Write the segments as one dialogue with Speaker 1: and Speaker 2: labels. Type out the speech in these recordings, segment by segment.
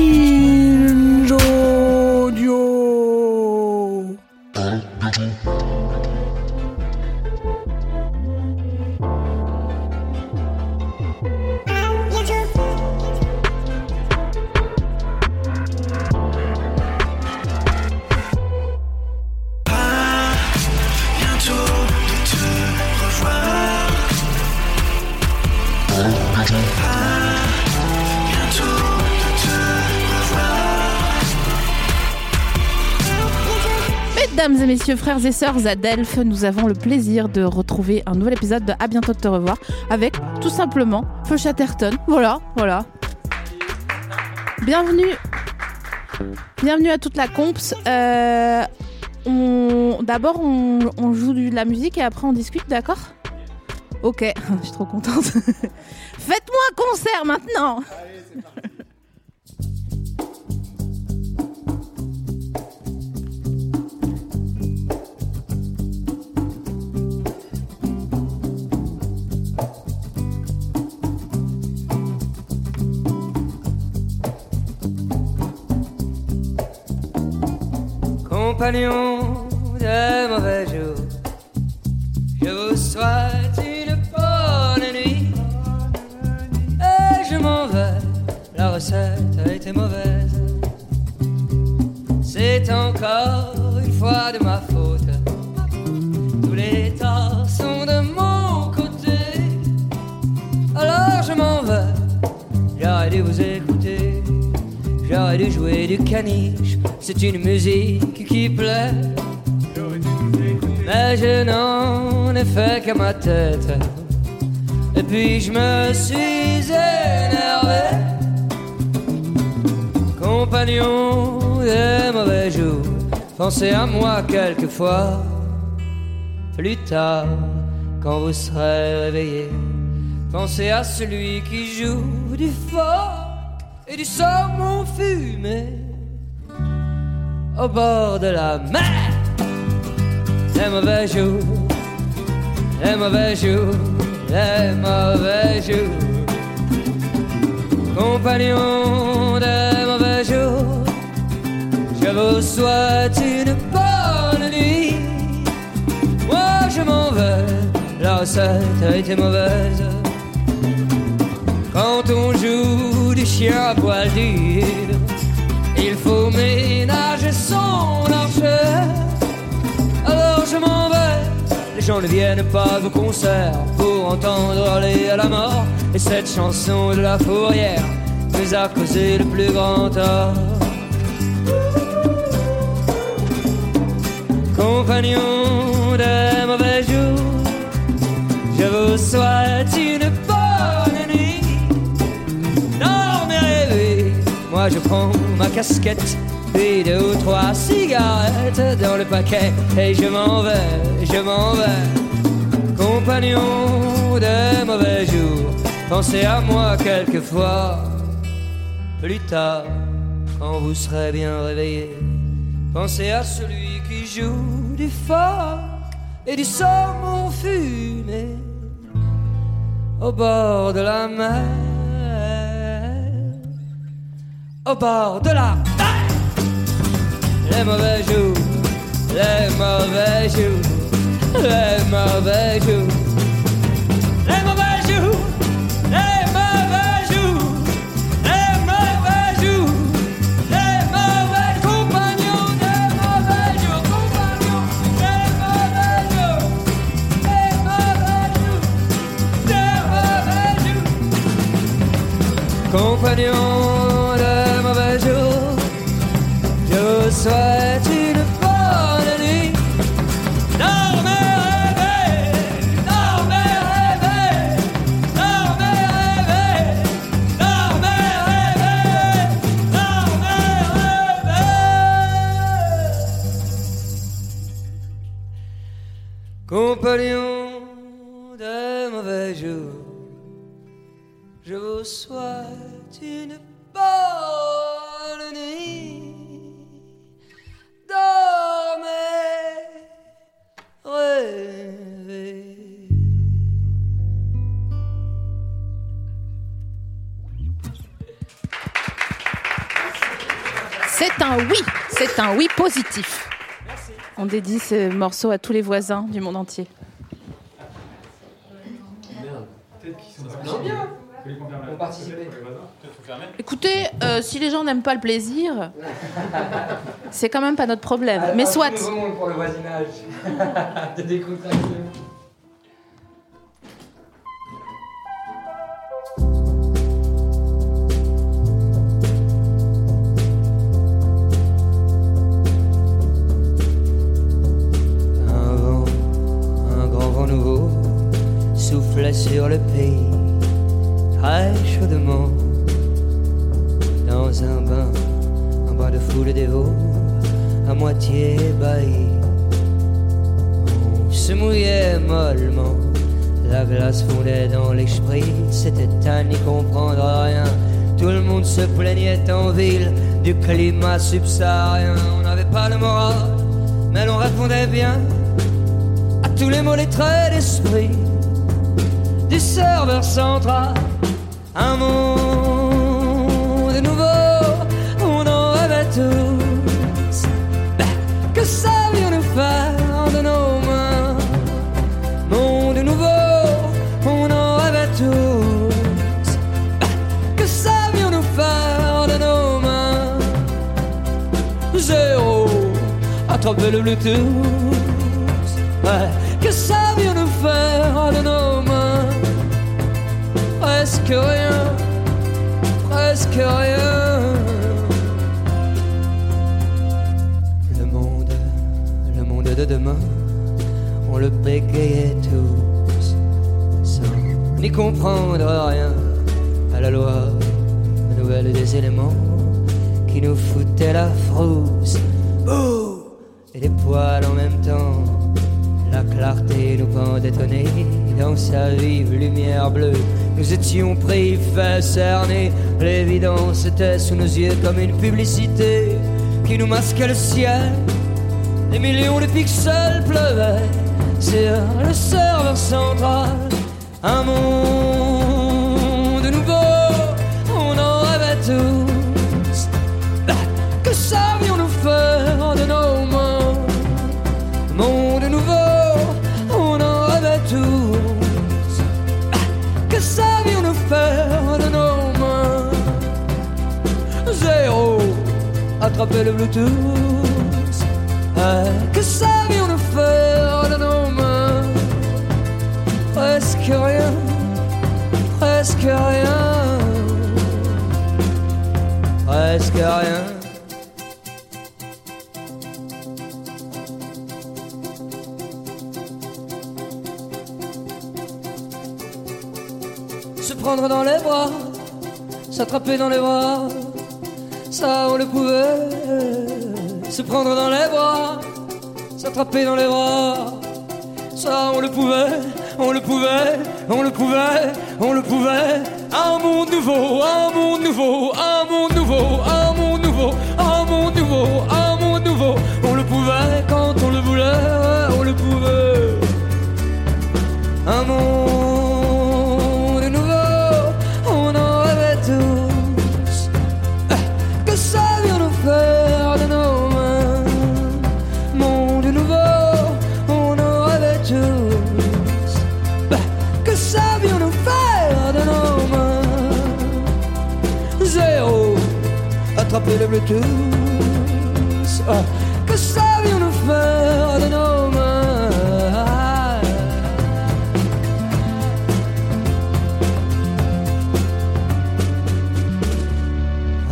Speaker 1: Binge audio.
Speaker 2: Mesdames et messieurs, frères et sœurs à Delphes, nous avons le plaisir de retrouver un nouvel épisode de À bientôt de te revoir avec tout simplement Feu Chatterton. Voilà, voilà. Bienvenue. Bienvenue à toute la comps. Euh, on- D'abord, on, on joue du- de la musique et après on discute, d'accord Ok, je suis trop contente. Faites-moi un concert maintenant
Speaker 3: Compagnons de mauvais jours, je vous souhaite une bonne nuit. Et je m'en vais, la recette a été mauvaise. C'est encore une fois de ma faute. Tous les torts sont de mon côté. Alors je m'en vais, j'aurais dû vous écouter. J'aurais dû jouer du caniche, c'est une musique qui plaît. Mais je n'en ai fait qu'à ma tête. Et puis je me suis énervé. Compagnon des mauvais jours, pensez à moi quelquefois. Plus tard, quand vous serez réveillé, pensez à celui qui joue du fort et du saumon fumé au bord de la mer. Les mauvais jours, les mauvais jours, les mauvais jours. Compagnons des mauvais jours, je vous souhaite une bonne nuit. Moi Oh, je m'en vais, la recette a été mauvaise quand on joue du chien à poil dur. Il faut ménager son archer. Alors je m'en vais. Les gens ne viennent pas au concert pour entendre aller à la mort. Et cette chanson de la fourrière nous a causé le plus grand tort. Compagnons des mauvais jours, je vous souhaite une bonne nuit. Non, mais rêvez, moi je prends ma casquette et deux ou trois cigarettes dans le paquet et je m'en vais, je m'en vais. Compagnon des mauvais jours, pensez à moi quelquefois. Plus tard, quand vous serez bien réveillé, pensez à celui qui joue du phoque et du saumon fumé au bord de la mer, au bord de la mer. Les mauvais jours, les mauvais jours, les mauvais jours, les mauvais jours, les mauvais jours, les mauvais jours, les mauvais compagnons, les mauvais jours, compagnons, les mauvais jours, les mauvais jours. Compagnon de mauvais jours, je vous souhaite une bonne nuit. Dormez, rêvez, dormez, rêvez, dormez, rêvez, dormez, rêvez, dormez, rêvez. Compagnon de mauvais jours, je vous souhaite une bonne nuit. Dormez, rêvez.
Speaker 2: C'est un oui, c'est un oui positif. On dédie ce morceau à tous les voisins du monde entier. Écoutez, euh, si les gens n'aiment pas le plaisir, c'est quand même pas notre problème. Mais soit.
Speaker 3: Ah, Vraiment pour le voisinage. de décontraction. Un vent, un grand vent nouveau souffle sur le pays très chaudement. Dans un bain, un bain de foule dévot, à moitié ébahi. On se mouillait mollement, la glace fondait dans les spritz, c'était à n'y comprendre rien. Tout le monde se plaignait en ville du climat subsaharien. On n'avait pas le moral, mais l'on répondait bien à tous les mots, les traits d'esprit du serveur central. Un monde nouveau, on en rêvait tous. Ben, que savions-nous faire de nos mains Monde nouveau, on en rêvait tous. Ben, que savions-nous faire de nos mains Zéro, attraper le Bluetooth. Ouais, que savions-nous faire de nos mains presque rien, presque rien. Le monde, le monde de demain, on le bégayait tous, sans n'y comprendre rien à la loi nouvelle des éléments qui nous foutait la frousse. Bouh et les poils en même temps, la clarté nous pendait au nez dans sa vive lumière bleue. Nous étions pris, faits, cernés. L'évidence était sous nos yeux comme une publicité qui nous masquait le ciel. Des millions de pixels pleuvaient sur le serveur central. Un monde nouveau, on en rêvait tous. Bah, Que savions-nous faire de nos mains Monde nouveau, on en rêvait tous. Ah, Que savions-nous faire de nos mains Zéro, attraper le Bluetooth. Ah, Que savions-nous faire de nos mains Presque rien, presque rien, presque rien. se prendre dans les bras, s'attraper dans les bras, ça on le pouvait. Se prendre dans les bras, s'attraper dans les bras, ça on le pouvait, on le pouvait, on le pouvait, on le pouvait. Un monde nouveau, un monde nouveau, un monde nouveau, un monde nouveau, un monde nouveau, un monde nouveau. On le pouvait quand on le voulait, ouais, on le pouvait un monde nouveau, on en rêvait tous. Ah, Que savions-nous faire de nos mains Monde nouveau, on en rêvait tous. Ah, Que savions-nous faire de nos mains Zéro, attraper le Bluetooth. Ah, Que savions-nous faire de nos mains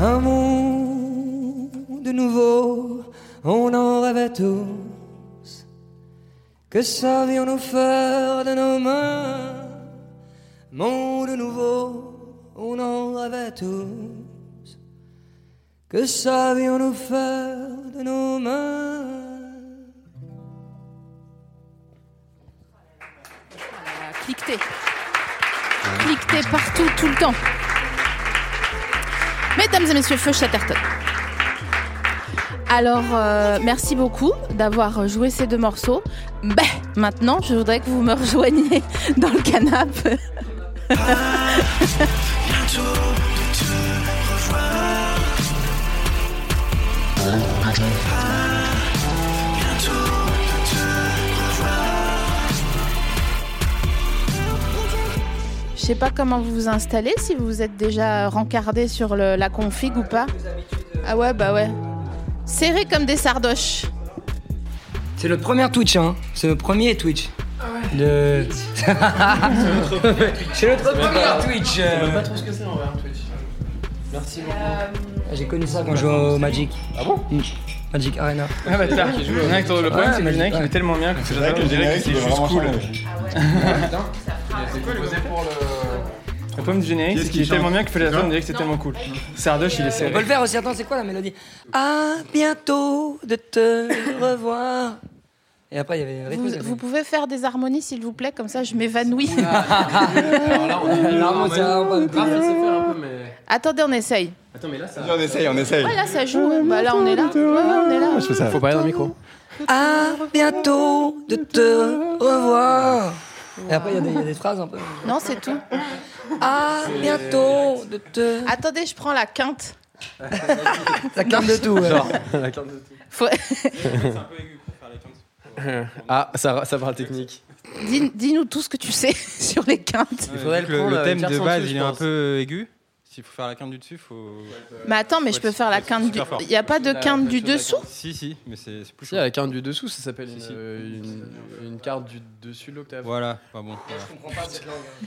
Speaker 3: Un monde nouveau, on en rêvait tous. Que savions-nous faire de nos mains Monde nouveau, on en rêvait tous. Que savions-nous faire de nos mains
Speaker 2: Voilà, cliquetez. Cliquetez partout, tout le temps. Mesdames et messieurs, Feu Chatterton. Alors, euh, merci beaucoup d'avoir joué ces deux morceaux. Ben, maintenant, je voudrais que vous me rejoigniez dans le canapé.
Speaker 1: bientôt de te revoir.
Speaker 2: sais pas comment vous vous installez, si vous êtes déjà rencardé sur le- la config ou pas. Ah ouais, bah ouais. Serré comme des sardoches.
Speaker 4: C'est notre premier Twitch, hein. C'est notre premier Twitch.
Speaker 1: Ah
Speaker 4: De... C'est notre premier Twitch.
Speaker 1: Je sais
Speaker 4: euh.
Speaker 1: pas trop ce que c'est en vrai un Twitch. Merci beaucoup.
Speaker 4: Euh, J'ai connu ça quand je jouais au Magic.
Speaker 1: Ah bon
Speaker 4: Mm. Magic Arena.
Speaker 1: Ah bah t'as. Le problème c'est que le générique il est tellement bien que j'adore, on dirait que c'est juste cool. C'est quoi pour le. Le poème du générique, c'est qu'il est tellement bien que fait la on dirait que c'est tellement cool. Sardoche, il
Speaker 4: On
Speaker 1: est
Speaker 4: peut
Speaker 1: serré.
Speaker 4: le faire aussi. Attends, c'est quoi la mélodie À bientôt de te revoir. Et après, il y avait le rythme.
Speaker 2: Vous,
Speaker 4: ça fait-
Speaker 2: vous pouvez faire des harmonies, s'il vous plaît, comme ça je m'évanouis.
Speaker 5: Ah.
Speaker 1: Alors là,
Speaker 4: Non, mais c'est un peu-
Speaker 1: Ah, un peu, mais.
Speaker 2: Attendez, on essaye.
Speaker 1: Attends, mais là, ça.
Speaker 5: On essaye, on essaye.
Speaker 2: Ouais, là, ça joue. hein. Bah là, on est là. Ouais, ouais, on est là.
Speaker 5: Ah, Je fais ça.
Speaker 1: Faut parler dans le micro.
Speaker 4: À bientôt de te revoir. Et après, il y a des- il y, a des phrases un peu.
Speaker 1: Ah,
Speaker 2: Non, c'est tout.
Speaker 4: À bientôt de te.
Speaker 2: Attendez, je prends la quinte.
Speaker 4: Ça calme de tout. ouais.
Speaker 2: Faut-
Speaker 6: Ah, ça, ça parle technique.
Speaker 2: Dis- Dis-nous tout ce que tu sais sur les quintes.
Speaker 6: Il
Speaker 1: faudrait le prendre
Speaker 6: le
Speaker 1: avec
Speaker 6: thème
Speaker 1: un
Speaker 6: de
Speaker 1: sens
Speaker 6: base,
Speaker 1: dessus,
Speaker 6: il
Speaker 1: je
Speaker 6: est un
Speaker 1: pense.
Speaker 6: peu aigu. S'il faut faire la quinte du dessus, faut.
Speaker 2: Mais attends, mais je peux faire la quinte du. Il n'y a pas de quinte du dessous
Speaker 6: Si, si, mais c'est c'est plus
Speaker 7: Si,
Speaker 6: chaud.
Speaker 7: à la carte du dessous, ça s'appelle une,
Speaker 6: Si, si.
Speaker 7: euh, une- une carte du dessus de l'octave.
Speaker 6: Voilà, pas bon. voilà.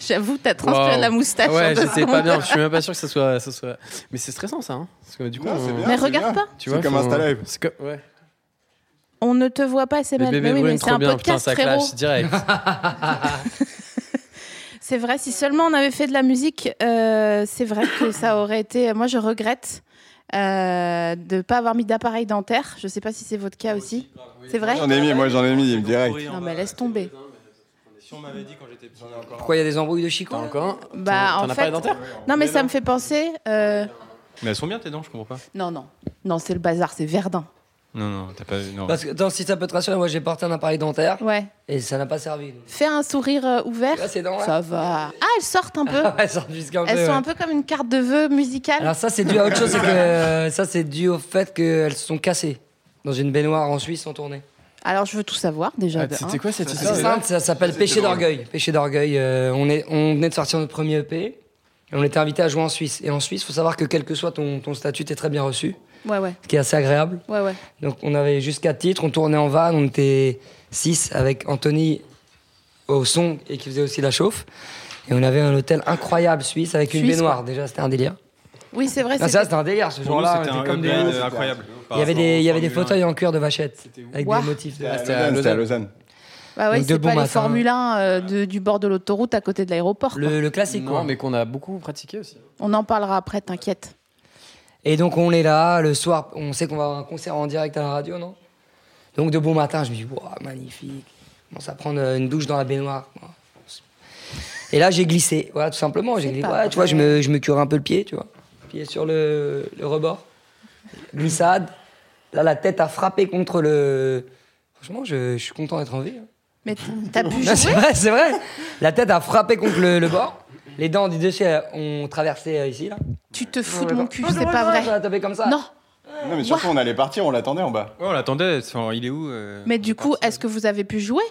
Speaker 2: J'avoue, t'as transpiré
Speaker 7: Waouh.
Speaker 2: de la moustache. en
Speaker 7: Ouais,
Speaker 2: deux
Speaker 7: je sais pas
Speaker 2: secondes.
Speaker 7: bien, je suis même pas sûr que ça soit. ça soit... Mais c'est stressant ça, hein Parce que du coup,
Speaker 5: Non, c'est
Speaker 7: on-
Speaker 5: bien.
Speaker 2: Mais
Speaker 5: C'est bien.
Speaker 2: regarde pas,
Speaker 7: tu
Speaker 5: C'est
Speaker 7: vois.
Speaker 5: comme
Speaker 7: faut-
Speaker 5: Insta Live.
Speaker 7: c'est comme- ouais.
Speaker 2: on ne te voit pas, c'est
Speaker 7: Les
Speaker 2: mal. Mais
Speaker 7: bébés
Speaker 2: oui, mais
Speaker 7: brunes,
Speaker 2: c'est
Speaker 7: trop
Speaker 2: un
Speaker 7: bien, putain,
Speaker 2: podcast,
Speaker 7: ça
Speaker 2: frérot.
Speaker 7: clash direct.
Speaker 2: C'est vrai, si seulement on avait fait de la musique, euh, c'est vrai que ça aurait été. Moi, je regrette euh, de ne pas avoir mis d'appareil dentaire. Je ne sais pas si c'est votre cas aussi. C'est vrai
Speaker 5: J'en ai mis, moi j'en ai mis direct.
Speaker 2: Non, mais laisse tomber.
Speaker 6: Si on m'avait dit quand j'étais petit.
Speaker 4: Pourquoi il y a des embrouilles de chico
Speaker 7: T'en as encore un
Speaker 2: Bah,
Speaker 7: T'en-
Speaker 2: en
Speaker 7: t'en as
Speaker 2: fait-
Speaker 7: pas les dentaires
Speaker 2: Non, mais ça me fait penser. euh,
Speaker 6: Mais elles sont bien tes dents, je comprends pas.
Speaker 2: Non, non. Non, c'est le bazar, c'est Verdun.
Speaker 6: Non, non, t'as pas. Non.
Speaker 4: Parce que attends, si ça peut te rassurer, moi j'ai porté un appareil dentaire
Speaker 2: Ouais.
Speaker 4: et ça n'a pas servi. donc.
Speaker 2: Fais un sourire euh, ouvert.
Speaker 4: Là, c'est dans
Speaker 2: Ça va. Ah, elles sortent un peu.
Speaker 4: Elles sortent jusqu'un peu.
Speaker 2: Elles sont
Speaker 4: ouais.
Speaker 2: un peu comme une carte de vœux musicale.
Speaker 4: Alors ça c'est dû à autre chose, c'est que euh, ça c'est dû au fait qu'elles se sont cassées dans une baignoire en Suisse en tournée.
Speaker 7: Ah,
Speaker 2: Alors, je veux tout savoir
Speaker 4: Ah,
Speaker 2: déjà. de un.
Speaker 7: C'était quoi cette
Speaker 4: C'est
Speaker 7: histoire
Speaker 4: simple, ça s'appelle Péché d'orgueil. Péché d'orgueil, euh, on, est, on venait de sortir notre premier EP et on était invité à jouer en Suisse. Et en Suisse, faut savoir que quel que soit ton, ton statut, t'es très bien reçu,
Speaker 2: Ouais, ouais,
Speaker 4: ce qui est assez agréable.
Speaker 2: ouais, ouais.
Speaker 4: Donc on avait jusqu'à titre, on tournait en van, on était 6 avec Anthony au son et qui faisait aussi la chauffe. Et on avait un hôtel incroyable suisse avec une
Speaker 2: Suisse,
Speaker 4: baignoire déjà, c'était un délire.
Speaker 2: Oui, c'est vrai.
Speaker 4: Ah,
Speaker 2: c'était-
Speaker 4: ça c'était un délire ce
Speaker 6: Pour nous,
Speaker 4: jour-là,
Speaker 6: c'était
Speaker 4: on
Speaker 6: un
Speaker 4: était comme des
Speaker 6: upgrade
Speaker 4: ouf.
Speaker 6: incroyable.
Speaker 4: Il y avait des, il y avait des
Speaker 6: Formule un.
Speaker 4: fauteuils en cuir de vachette avec
Speaker 2: Ouah.
Speaker 4: des motifs. de-
Speaker 7: C'était à
Speaker 5: C'était à
Speaker 7: Lausanne.
Speaker 5: Lausanne.
Speaker 2: Bah ouais,
Speaker 4: Donc,
Speaker 2: c'est
Speaker 4: de
Speaker 2: pas
Speaker 4: bon
Speaker 2: les
Speaker 4: matin.
Speaker 2: Formule 1 euh, de- du bord de l'autoroute à côté de l'aéroport. quoi.
Speaker 4: Le, le classique quoi.
Speaker 7: Non, mais qu'on a beaucoup pratiqué aussi.
Speaker 2: On en parlera après, t'inquiète.
Speaker 4: Et donc on est là, le soir, on sait qu'on va avoir un concert en direct à la radio, non Donc de bon matin, je me dis, Wouah, magnifique. Je commence à prendre euh, une douche dans la baignoire. Et là, j'ai glissé, voilà, tout simplement. J'ai
Speaker 2: C'est
Speaker 4: glissé.
Speaker 2: pas
Speaker 4: Ouais, tu vois,
Speaker 2: vrai.
Speaker 4: je me, je me curais un peu le pied, tu vois. Pied sur le, le rebord. Glissade. Là, la tête a frappé contre le. Franchement, je, je suis content d'être en vie. hein.
Speaker 2: Mais t- t'as pu
Speaker 4: Non, c'est
Speaker 2: jouer
Speaker 4: vrai, c'est vrai. La tête a frappé contre le, le bord. Les dents du dessus euh, ont traversé euh, ici, là.
Speaker 2: Tu te fous de mon cul, c'est pas
Speaker 4: Ça
Speaker 2: vrai.
Speaker 4: a tapé comme ça.
Speaker 2: Non,
Speaker 5: Non, mais surtout, on allait partir, on l'attendait en bas.
Speaker 6: Ouais, on l'attendait. Oh, enfin, il est où euh,
Speaker 2: mais du coup, est-ce que vous avez pu jouer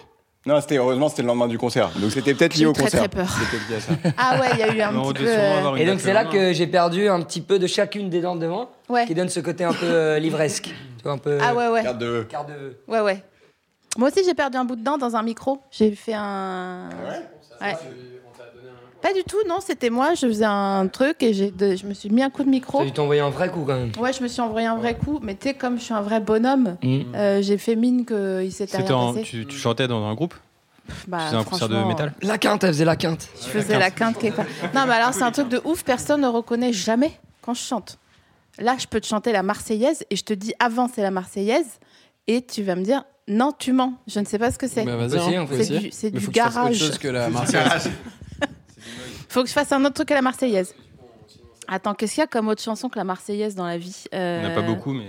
Speaker 5: Non, c'était heureusement, c'était le lendemain du concert. Donc c'était peut-être
Speaker 2: J'ai
Speaker 5: lié
Speaker 2: eu
Speaker 5: au
Speaker 2: très
Speaker 5: concert.
Speaker 2: très peur.
Speaker 6: C'était lié à ça.
Speaker 2: Ah ouais, il y a eu un
Speaker 6: Mais on
Speaker 2: petit
Speaker 6: devait
Speaker 2: peu.
Speaker 6: sûrement
Speaker 2: euh,
Speaker 6: avoir une
Speaker 4: Et donc
Speaker 6: date
Speaker 4: c'est là
Speaker 6: le
Speaker 4: que j'ai perdu un petit peu de chacune des dents de devant,
Speaker 2: Ouais.
Speaker 4: qui donne ce côté un peu euh, livresque, tu vois un peu.
Speaker 2: Ah ouais, ouais.
Speaker 5: Carte de-
Speaker 4: Quart de.
Speaker 2: Ouais, ouais. Moi aussi, j'ai perdu un bout de dent dans un micro. J'ai fait un.
Speaker 4: Ah
Speaker 2: Ouais. Pas du tout, non, c'était moi. Je faisais un truc et j'ai de- je me suis mis un coup de micro.
Speaker 4: T'as dû t'envoyer un vrai coup quand même.
Speaker 2: Ouais, je me suis envoyé un vrai coup, mais tu sais, comme je suis un vrai bonhomme,
Speaker 4: Mhm.
Speaker 2: euh, j'ai fait mine qu'il s'était
Speaker 6: Mmh. C'était
Speaker 2: rien
Speaker 6: en-
Speaker 2: passé.
Speaker 6: tu, tu chantais dans un groupe
Speaker 2: Bah,
Speaker 6: Tu faisais un concert de
Speaker 2: franchement,
Speaker 6: métal
Speaker 4: La quinte, elle faisait la quinte.
Speaker 2: Je faisais la quinte quelque part. Non, mais alors, c'est un truc de
Speaker 6: hein.
Speaker 2: ouf. Personne ne reconnaît jamais quand je chante. Là, je peux te chanter la Marseillaise et je te dis avant, c'est la Marseillaise. Et tu vas me dire, non, tu mens. Je ne sais pas ce que c'est.
Speaker 7: Bah, vas-y,
Speaker 4: Aussi,
Speaker 7: hein,
Speaker 4: on
Speaker 7: faut
Speaker 4: peut
Speaker 2: C'est
Speaker 7: essayer.
Speaker 2: du, c'est
Speaker 7: Mais
Speaker 2: du
Speaker 7: faut que je fasse autre
Speaker 2: garage.
Speaker 7: chose que la Marseillaise.
Speaker 2: Faut que je fasse un autre truc à la Marseillaise. Attends, qu'est-ce qu'il y a comme autre chanson que la Marseillaise dans la vie
Speaker 6: On
Speaker 2: Euh,
Speaker 6: n'a pas beaucoup, mais.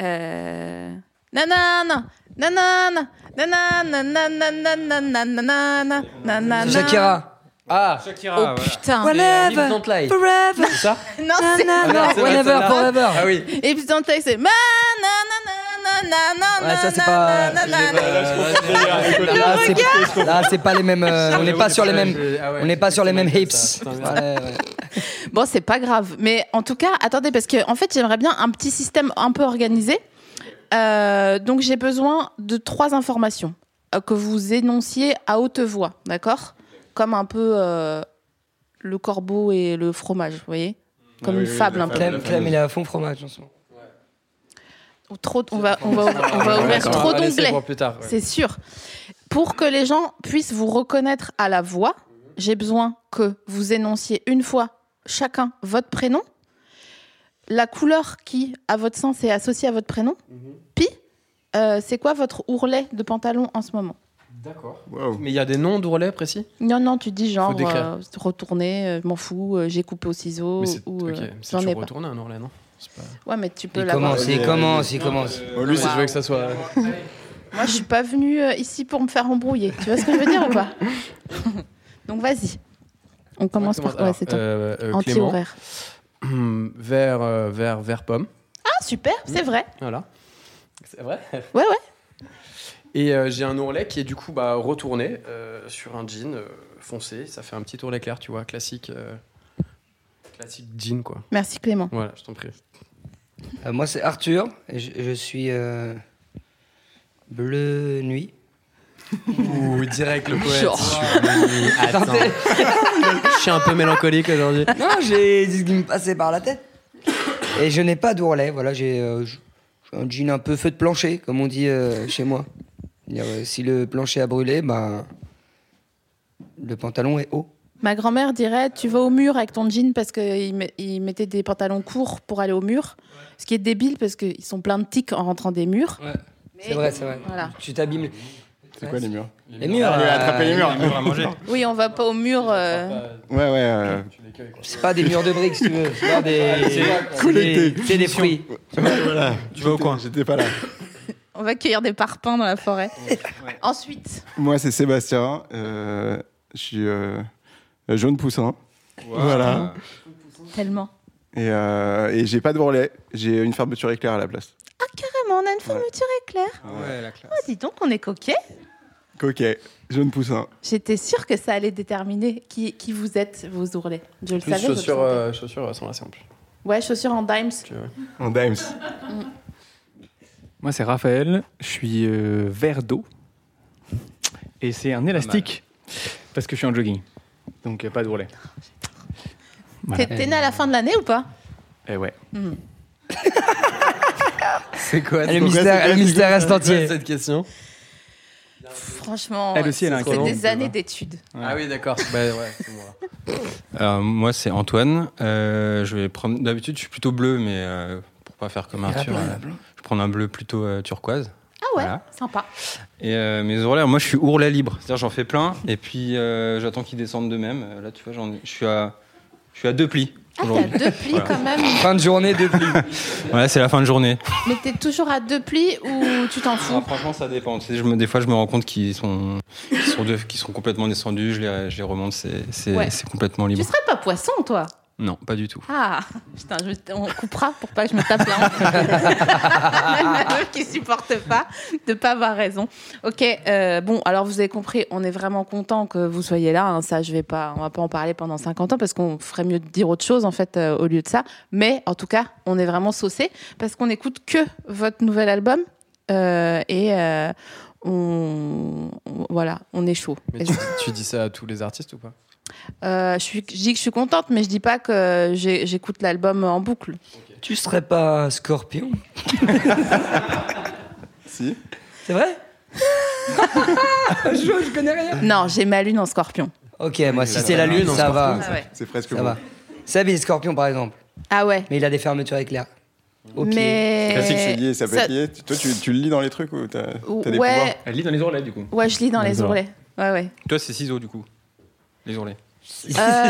Speaker 2: Euh... Nanana, nanana, nanana, nanana, nanana, nanana.
Speaker 4: C'est Shakira.
Speaker 7: Ah,
Speaker 6: Shakira,
Speaker 2: Oh putain.
Speaker 4: Whenever,
Speaker 7: Live Don't Lie.
Speaker 4: forever,
Speaker 2: Ah Non, c'est
Speaker 4: Ah, whenever, forever.
Speaker 7: Ah oui.
Speaker 2: Et puis dans le texte, c'est ma na na na na nanana,
Speaker 4: Ouais, ça, c'est pas-
Speaker 2: nanana.
Speaker 7: Ah,
Speaker 4: Là, c'est- là, c'est pas les mêmes. euh, on n'est pas sur les mêmes.
Speaker 7: ah
Speaker 4: On n'est pas sur les mêmes hips. Ouais, ouais.
Speaker 2: Bon, c'est pas grave. Mais en tout cas, attendez, parce que en fait, j'aimerais bien un petit système un peu organisé. Euh, donc, j'ai besoin de trois informations euh, que vous énonciez à haute voix, d'accord Comme un peu euh, le corbeau et le fromage, vous voyez Comme
Speaker 5: Ah oui,
Speaker 2: une
Speaker 5: oui,
Speaker 2: fable
Speaker 5: la
Speaker 2: un peu.
Speaker 4: Clem, Clem, il est à fond fromage en ce moment.
Speaker 2: Trop, on va, on va, on va ouvrir
Speaker 7: Attends,
Speaker 2: trop
Speaker 7: on va laisser
Speaker 2: d'onglets.
Speaker 7: pour plus tard. ouais.
Speaker 2: C'est sûr. Pour que les gens puissent vous reconnaître à la voix, j'ai besoin que vous énonciez une fois chacun votre prénom, la couleur qui, à votre sens, est associée à votre prénom,
Speaker 7: Mhm.
Speaker 2: puis euh, c'est quoi votre ourlet de pantalon en ce moment.
Speaker 5: Waouh.
Speaker 7: Mais il y a des noms d'ourlets précis
Speaker 2: Non, non, tu dis genre
Speaker 7: Faut décrire.
Speaker 2: euh, retourner, euh, je m'en fous, euh, j'ai coupé au ciseau
Speaker 7: Mais c'est
Speaker 2: ou euh,
Speaker 7: ok, mais c'est
Speaker 2: j'en ai
Speaker 7: toujours
Speaker 2: pas.
Speaker 7: retourné un ourlet, non C'est pas-
Speaker 2: Ouais, mais tu peux
Speaker 4: Il
Speaker 2: l'avoir.
Speaker 7: Ah,
Speaker 4: commence, il commence, il commence.
Speaker 5: Oh, lui,
Speaker 7: Lui, c'est
Speaker 2: Waouh.
Speaker 7: je veux que ça soit.
Speaker 2: Moi, je suis pas venue euh, ici pour me faire embrouiller. Tu vois ce que je veux dire ou pas Donc, vas-y. On commence par. Ouais, c'est toi.
Speaker 7: Euh, euh, Clément.
Speaker 2: Anti-horaire.
Speaker 7: Hum, Vert, euh, vert, vert pomme.
Speaker 2: Ah, super, c'est vrai.
Speaker 7: Voilà. C'est vrai
Speaker 2: Ouais,
Speaker 7: Et euh, j'ai un ourlet qui est du coup bah, retourné euh, sur un jean euh, foncé. Ça fait un petit ourlet clair, tu vois, classique. euh, classique jean, quoi.
Speaker 2: Merci Clément.
Speaker 7: Voilà, je t'en prie.
Speaker 4: Euh, moi, c'est Arthur. Et je, je suis euh, bleu nuit.
Speaker 7: Ouh, direct le poète.
Speaker 2: Genre.
Speaker 7: Attends. je suis un peu mélancolique aujourd'hui.
Speaker 4: Non, j'ai dit ce qui me passait par la tête. Et je n'ai pas d'ourlet. Voilà, j'ai euh, j- j'ai un jean un peu feu de plancher, comme on dit euh, chez moi. C'est-à-dire, euh, si le plancher a brûlé, ben le pantalon est haut.
Speaker 2: Ma grand-mère dirait tu vas au mur avec ton jean parce qu'il il mettait des pantalons courts pour aller au mur. Ce qui est débile parce qu'ils sont pleins de tics en rentrant des murs.
Speaker 4: C'est vrai, c'est vrai.
Speaker 2: Voilà.
Speaker 4: Tu t'abîmes.
Speaker 5: C'est quoi les murs
Speaker 4: les murs
Speaker 5: Ah, lui,
Speaker 4: euh,
Speaker 5: attraper les murs.
Speaker 6: à manger.
Speaker 2: Oui, on va pas au mur. euh,
Speaker 5: Ouais, ouais. euh,
Speaker 4: C'est pas des murs de briques, si tu veux. C'est pas des. C'est des,
Speaker 5: Collecté.
Speaker 4: c'est des fruits.
Speaker 5: voilà. Tu vas au coin. J'étais pas là.
Speaker 2: On va cueillir des parpaings dans la forêt. Ensuite,
Speaker 5: Moi, c'est Sébastien. euh, je suis euh, jaune poussin. Voilà.
Speaker 2: tellement.
Speaker 5: Et, euh, et j'ai pas de bourrelet. J'ai une fermeture éclair à la place.
Speaker 2: Vraiment, Ah, on a une fermeture éclair.
Speaker 6: Ouais, la classe.
Speaker 2: Oh, dis donc, on est coquet.
Speaker 5: Coquet. Jaune poussin.
Speaker 2: J'étais sûre que ça allait déterminer qui, qui vous êtes, vos ourlets. Je le
Speaker 7: Plus
Speaker 2: savais. je le
Speaker 7: chaussures,
Speaker 2: sentais.
Speaker 7: euh, chaussures euh, sont assez amples.
Speaker 2: Ouais, chaussures en dimes.
Speaker 5: En dimes.
Speaker 1: Moi, c'est Raphaël. Je suis euh, vert d'eau. Et c'est un élastique. Parce que je suis en jogging. Donc, euh, pas de roulet.
Speaker 2: T'es t'es né à la fin de l'année ou pas
Speaker 1: Et Eh ouais.
Speaker 7: C'est quoi
Speaker 4: Le mystère, le mystère reste entier.
Speaker 7: cette question
Speaker 2: Franchement,
Speaker 1: Elle aussi, elle a un hein.
Speaker 2: c'est
Speaker 7: collant,
Speaker 2: des
Speaker 7: c'est
Speaker 2: années d'études.
Speaker 7: Ah oui, d'accord. Bah ouais, c'est moi.
Speaker 6: Alors, moi, c'est Antoine. Euh, je vais prendre. D'habitude, je suis plutôt bleu, mais euh, pour pas faire comme Arthur, euh, je prends un bleu plutôt euh, turquoise.
Speaker 2: Ah ouais,
Speaker 6: Voilà.
Speaker 2: sympa.
Speaker 6: Et euh, mes ourlets, moi, je suis ourlet libre. C'est-à-dire, j'en fais plein, et puis euh, j'attends qu'ils descendent d'eux-mêmes. Euh, Là, tu vois, j'en ai- je suis à, je suis à deux plis.
Speaker 2: Ah, t'as
Speaker 6: aujourd'hui.
Speaker 2: deux plis
Speaker 6: Voilà.
Speaker 2: quand même.
Speaker 4: Fin de journée, deux plis.
Speaker 6: Ouais, c'est la fin de journée.
Speaker 2: Mais t'es toujours à deux plis ou tu t'en
Speaker 6: Ah,
Speaker 2: fous
Speaker 6: franchement, ça dépend. Tu sais, je me- des fois, je me rends compte qu'ils sont, qu'ils sont, de- qu'ils sont complètement descendus. Je les, je les remonte. C'est, c'est,
Speaker 2: Ouais.
Speaker 6: c'est complètement
Speaker 2: Tu
Speaker 6: libre.
Speaker 2: serais pas poisson, toi
Speaker 6: Non, pas du tout.
Speaker 2: Ah, putain, je- on coupera pour pas que je me tape la honte. La meuf qui supporte pas de pas avoir raison. Ok, euh, bon, alors vous avez compris, on est vraiment content que vous soyez là. hein, ça, je vais pas, on va pas en parler pendant 50 ans parce qu'on ferait mieux de dire autre chose en fait euh, au lieu de ça. Mais en tout cas, on est vraiment saucés parce qu'on écoute que votre nouvel album euh, et euh, on, on- voilà, on est chaud.
Speaker 7: Mais tu, tu dis ça à tous les artistes ou pas
Speaker 2: Euh, je, suis, je dis que je suis contente, mais je dis pas que j'ai- j'écoute l'album en boucle.
Speaker 4: Tu serais pas scorpion
Speaker 5: Si.
Speaker 4: C'est vrai je, je connais rien.
Speaker 2: Non, j'ai ma lune en scorpion.
Speaker 4: Ok, moi, si c'est la lune,
Speaker 7: en
Speaker 4: ça va.
Speaker 2: Ah ouais.
Speaker 5: C'est presque
Speaker 4: Ça
Speaker 5: bon.
Speaker 4: va. Seb, il est scorpion, par exemple.
Speaker 2: Ah ouais.
Speaker 4: Mais il a des fermetures éclairs. Au pied.
Speaker 2: Mais.
Speaker 5: Classique, c'est lié, ça peut
Speaker 2: ça-
Speaker 5: être lié. Toi, tu, tu le lis dans les trucs ou t'as t'as des pouvoirs
Speaker 2: Ouais,
Speaker 1: Elle lit dans les ourlets, du coup.
Speaker 2: ouais, je lis dans les
Speaker 1: D'accord.
Speaker 2: ourlets. Ouais, ouais.
Speaker 6: Toi, c'est ciseaux, du coup. Les ourlets.
Speaker 2: Euh,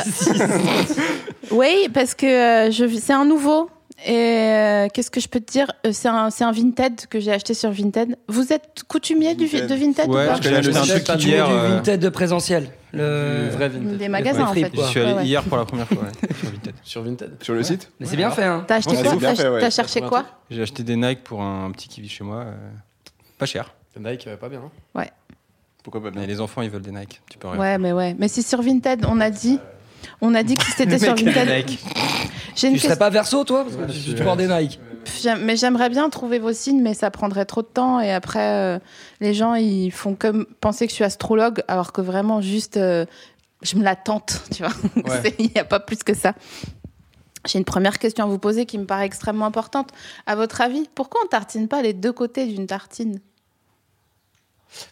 Speaker 2: oui, parce que euh, je vis- c'est un nouveau. Et euh, qu'est-ce que je peux te dire Euh, C'est un, c'est un Vinted que j'ai acheté sur Vinted. Vous êtes coutumier du vi-
Speaker 5: Vinted.
Speaker 2: de Vinted ou
Speaker 6: Ouais,
Speaker 2: pas
Speaker 6: je connais
Speaker 5: J'ai
Speaker 6: acheté un
Speaker 5: acheté
Speaker 6: truc
Speaker 4: Tu mets
Speaker 6: hier.
Speaker 4: du
Speaker 6: euh,
Speaker 4: vintage de présentiel. le
Speaker 7: Du vrai vintage.
Speaker 2: Des magasins en
Speaker 4: prix,
Speaker 2: fait.
Speaker 6: J'y suis allé
Speaker 2: Ouais, ouais.
Speaker 6: hier pour la première fois, ouais, sur Vinted.
Speaker 7: Sur Vinted.
Speaker 5: Sur le site
Speaker 4: Mais c'est bien fait, hein.
Speaker 2: T'as acheté
Speaker 5: Ouais,
Speaker 2: quoi
Speaker 5: c'est bien
Speaker 2: T'as
Speaker 5: fait, ouais.
Speaker 2: t'as cherché
Speaker 7: Trouver un
Speaker 2: quoi
Speaker 6: J'ai acheté des Nike pour un petit qui vit chez moi. euh, pas cher.
Speaker 7: Nike, euh, pas bien. hein.
Speaker 5: Pourquoi pas bien
Speaker 6: Mais les enfants, ils veulent des Nike. Tu peux rien.
Speaker 2: Ouais, mais ouais. Mais c'est sur Vinted, on a dit. On a dit que c'était sur Vinted.
Speaker 6: Nike.
Speaker 2: J'ai une
Speaker 4: Tu serais
Speaker 2: question,
Speaker 4: pas verso, toi Parce que
Speaker 7: Ouais,
Speaker 4: tu-
Speaker 7: je-
Speaker 4: tu portes des Nike.
Speaker 2: j'aime- mais j'aimerais bien trouver vos signes, mais ça prendrait trop de temps. Et après, euh, les gens, ils font comme penser que je suis astrologue, alors que vraiment, juste, euh, je me la tente, tu vois.
Speaker 7: Ouais.
Speaker 2: C'est- Il n'y a pas plus que ça. J'ai une première question à vous poser qui me paraît extrêmement importante. À votre avis, pourquoi on tartine pas les deux côtés d'une tartine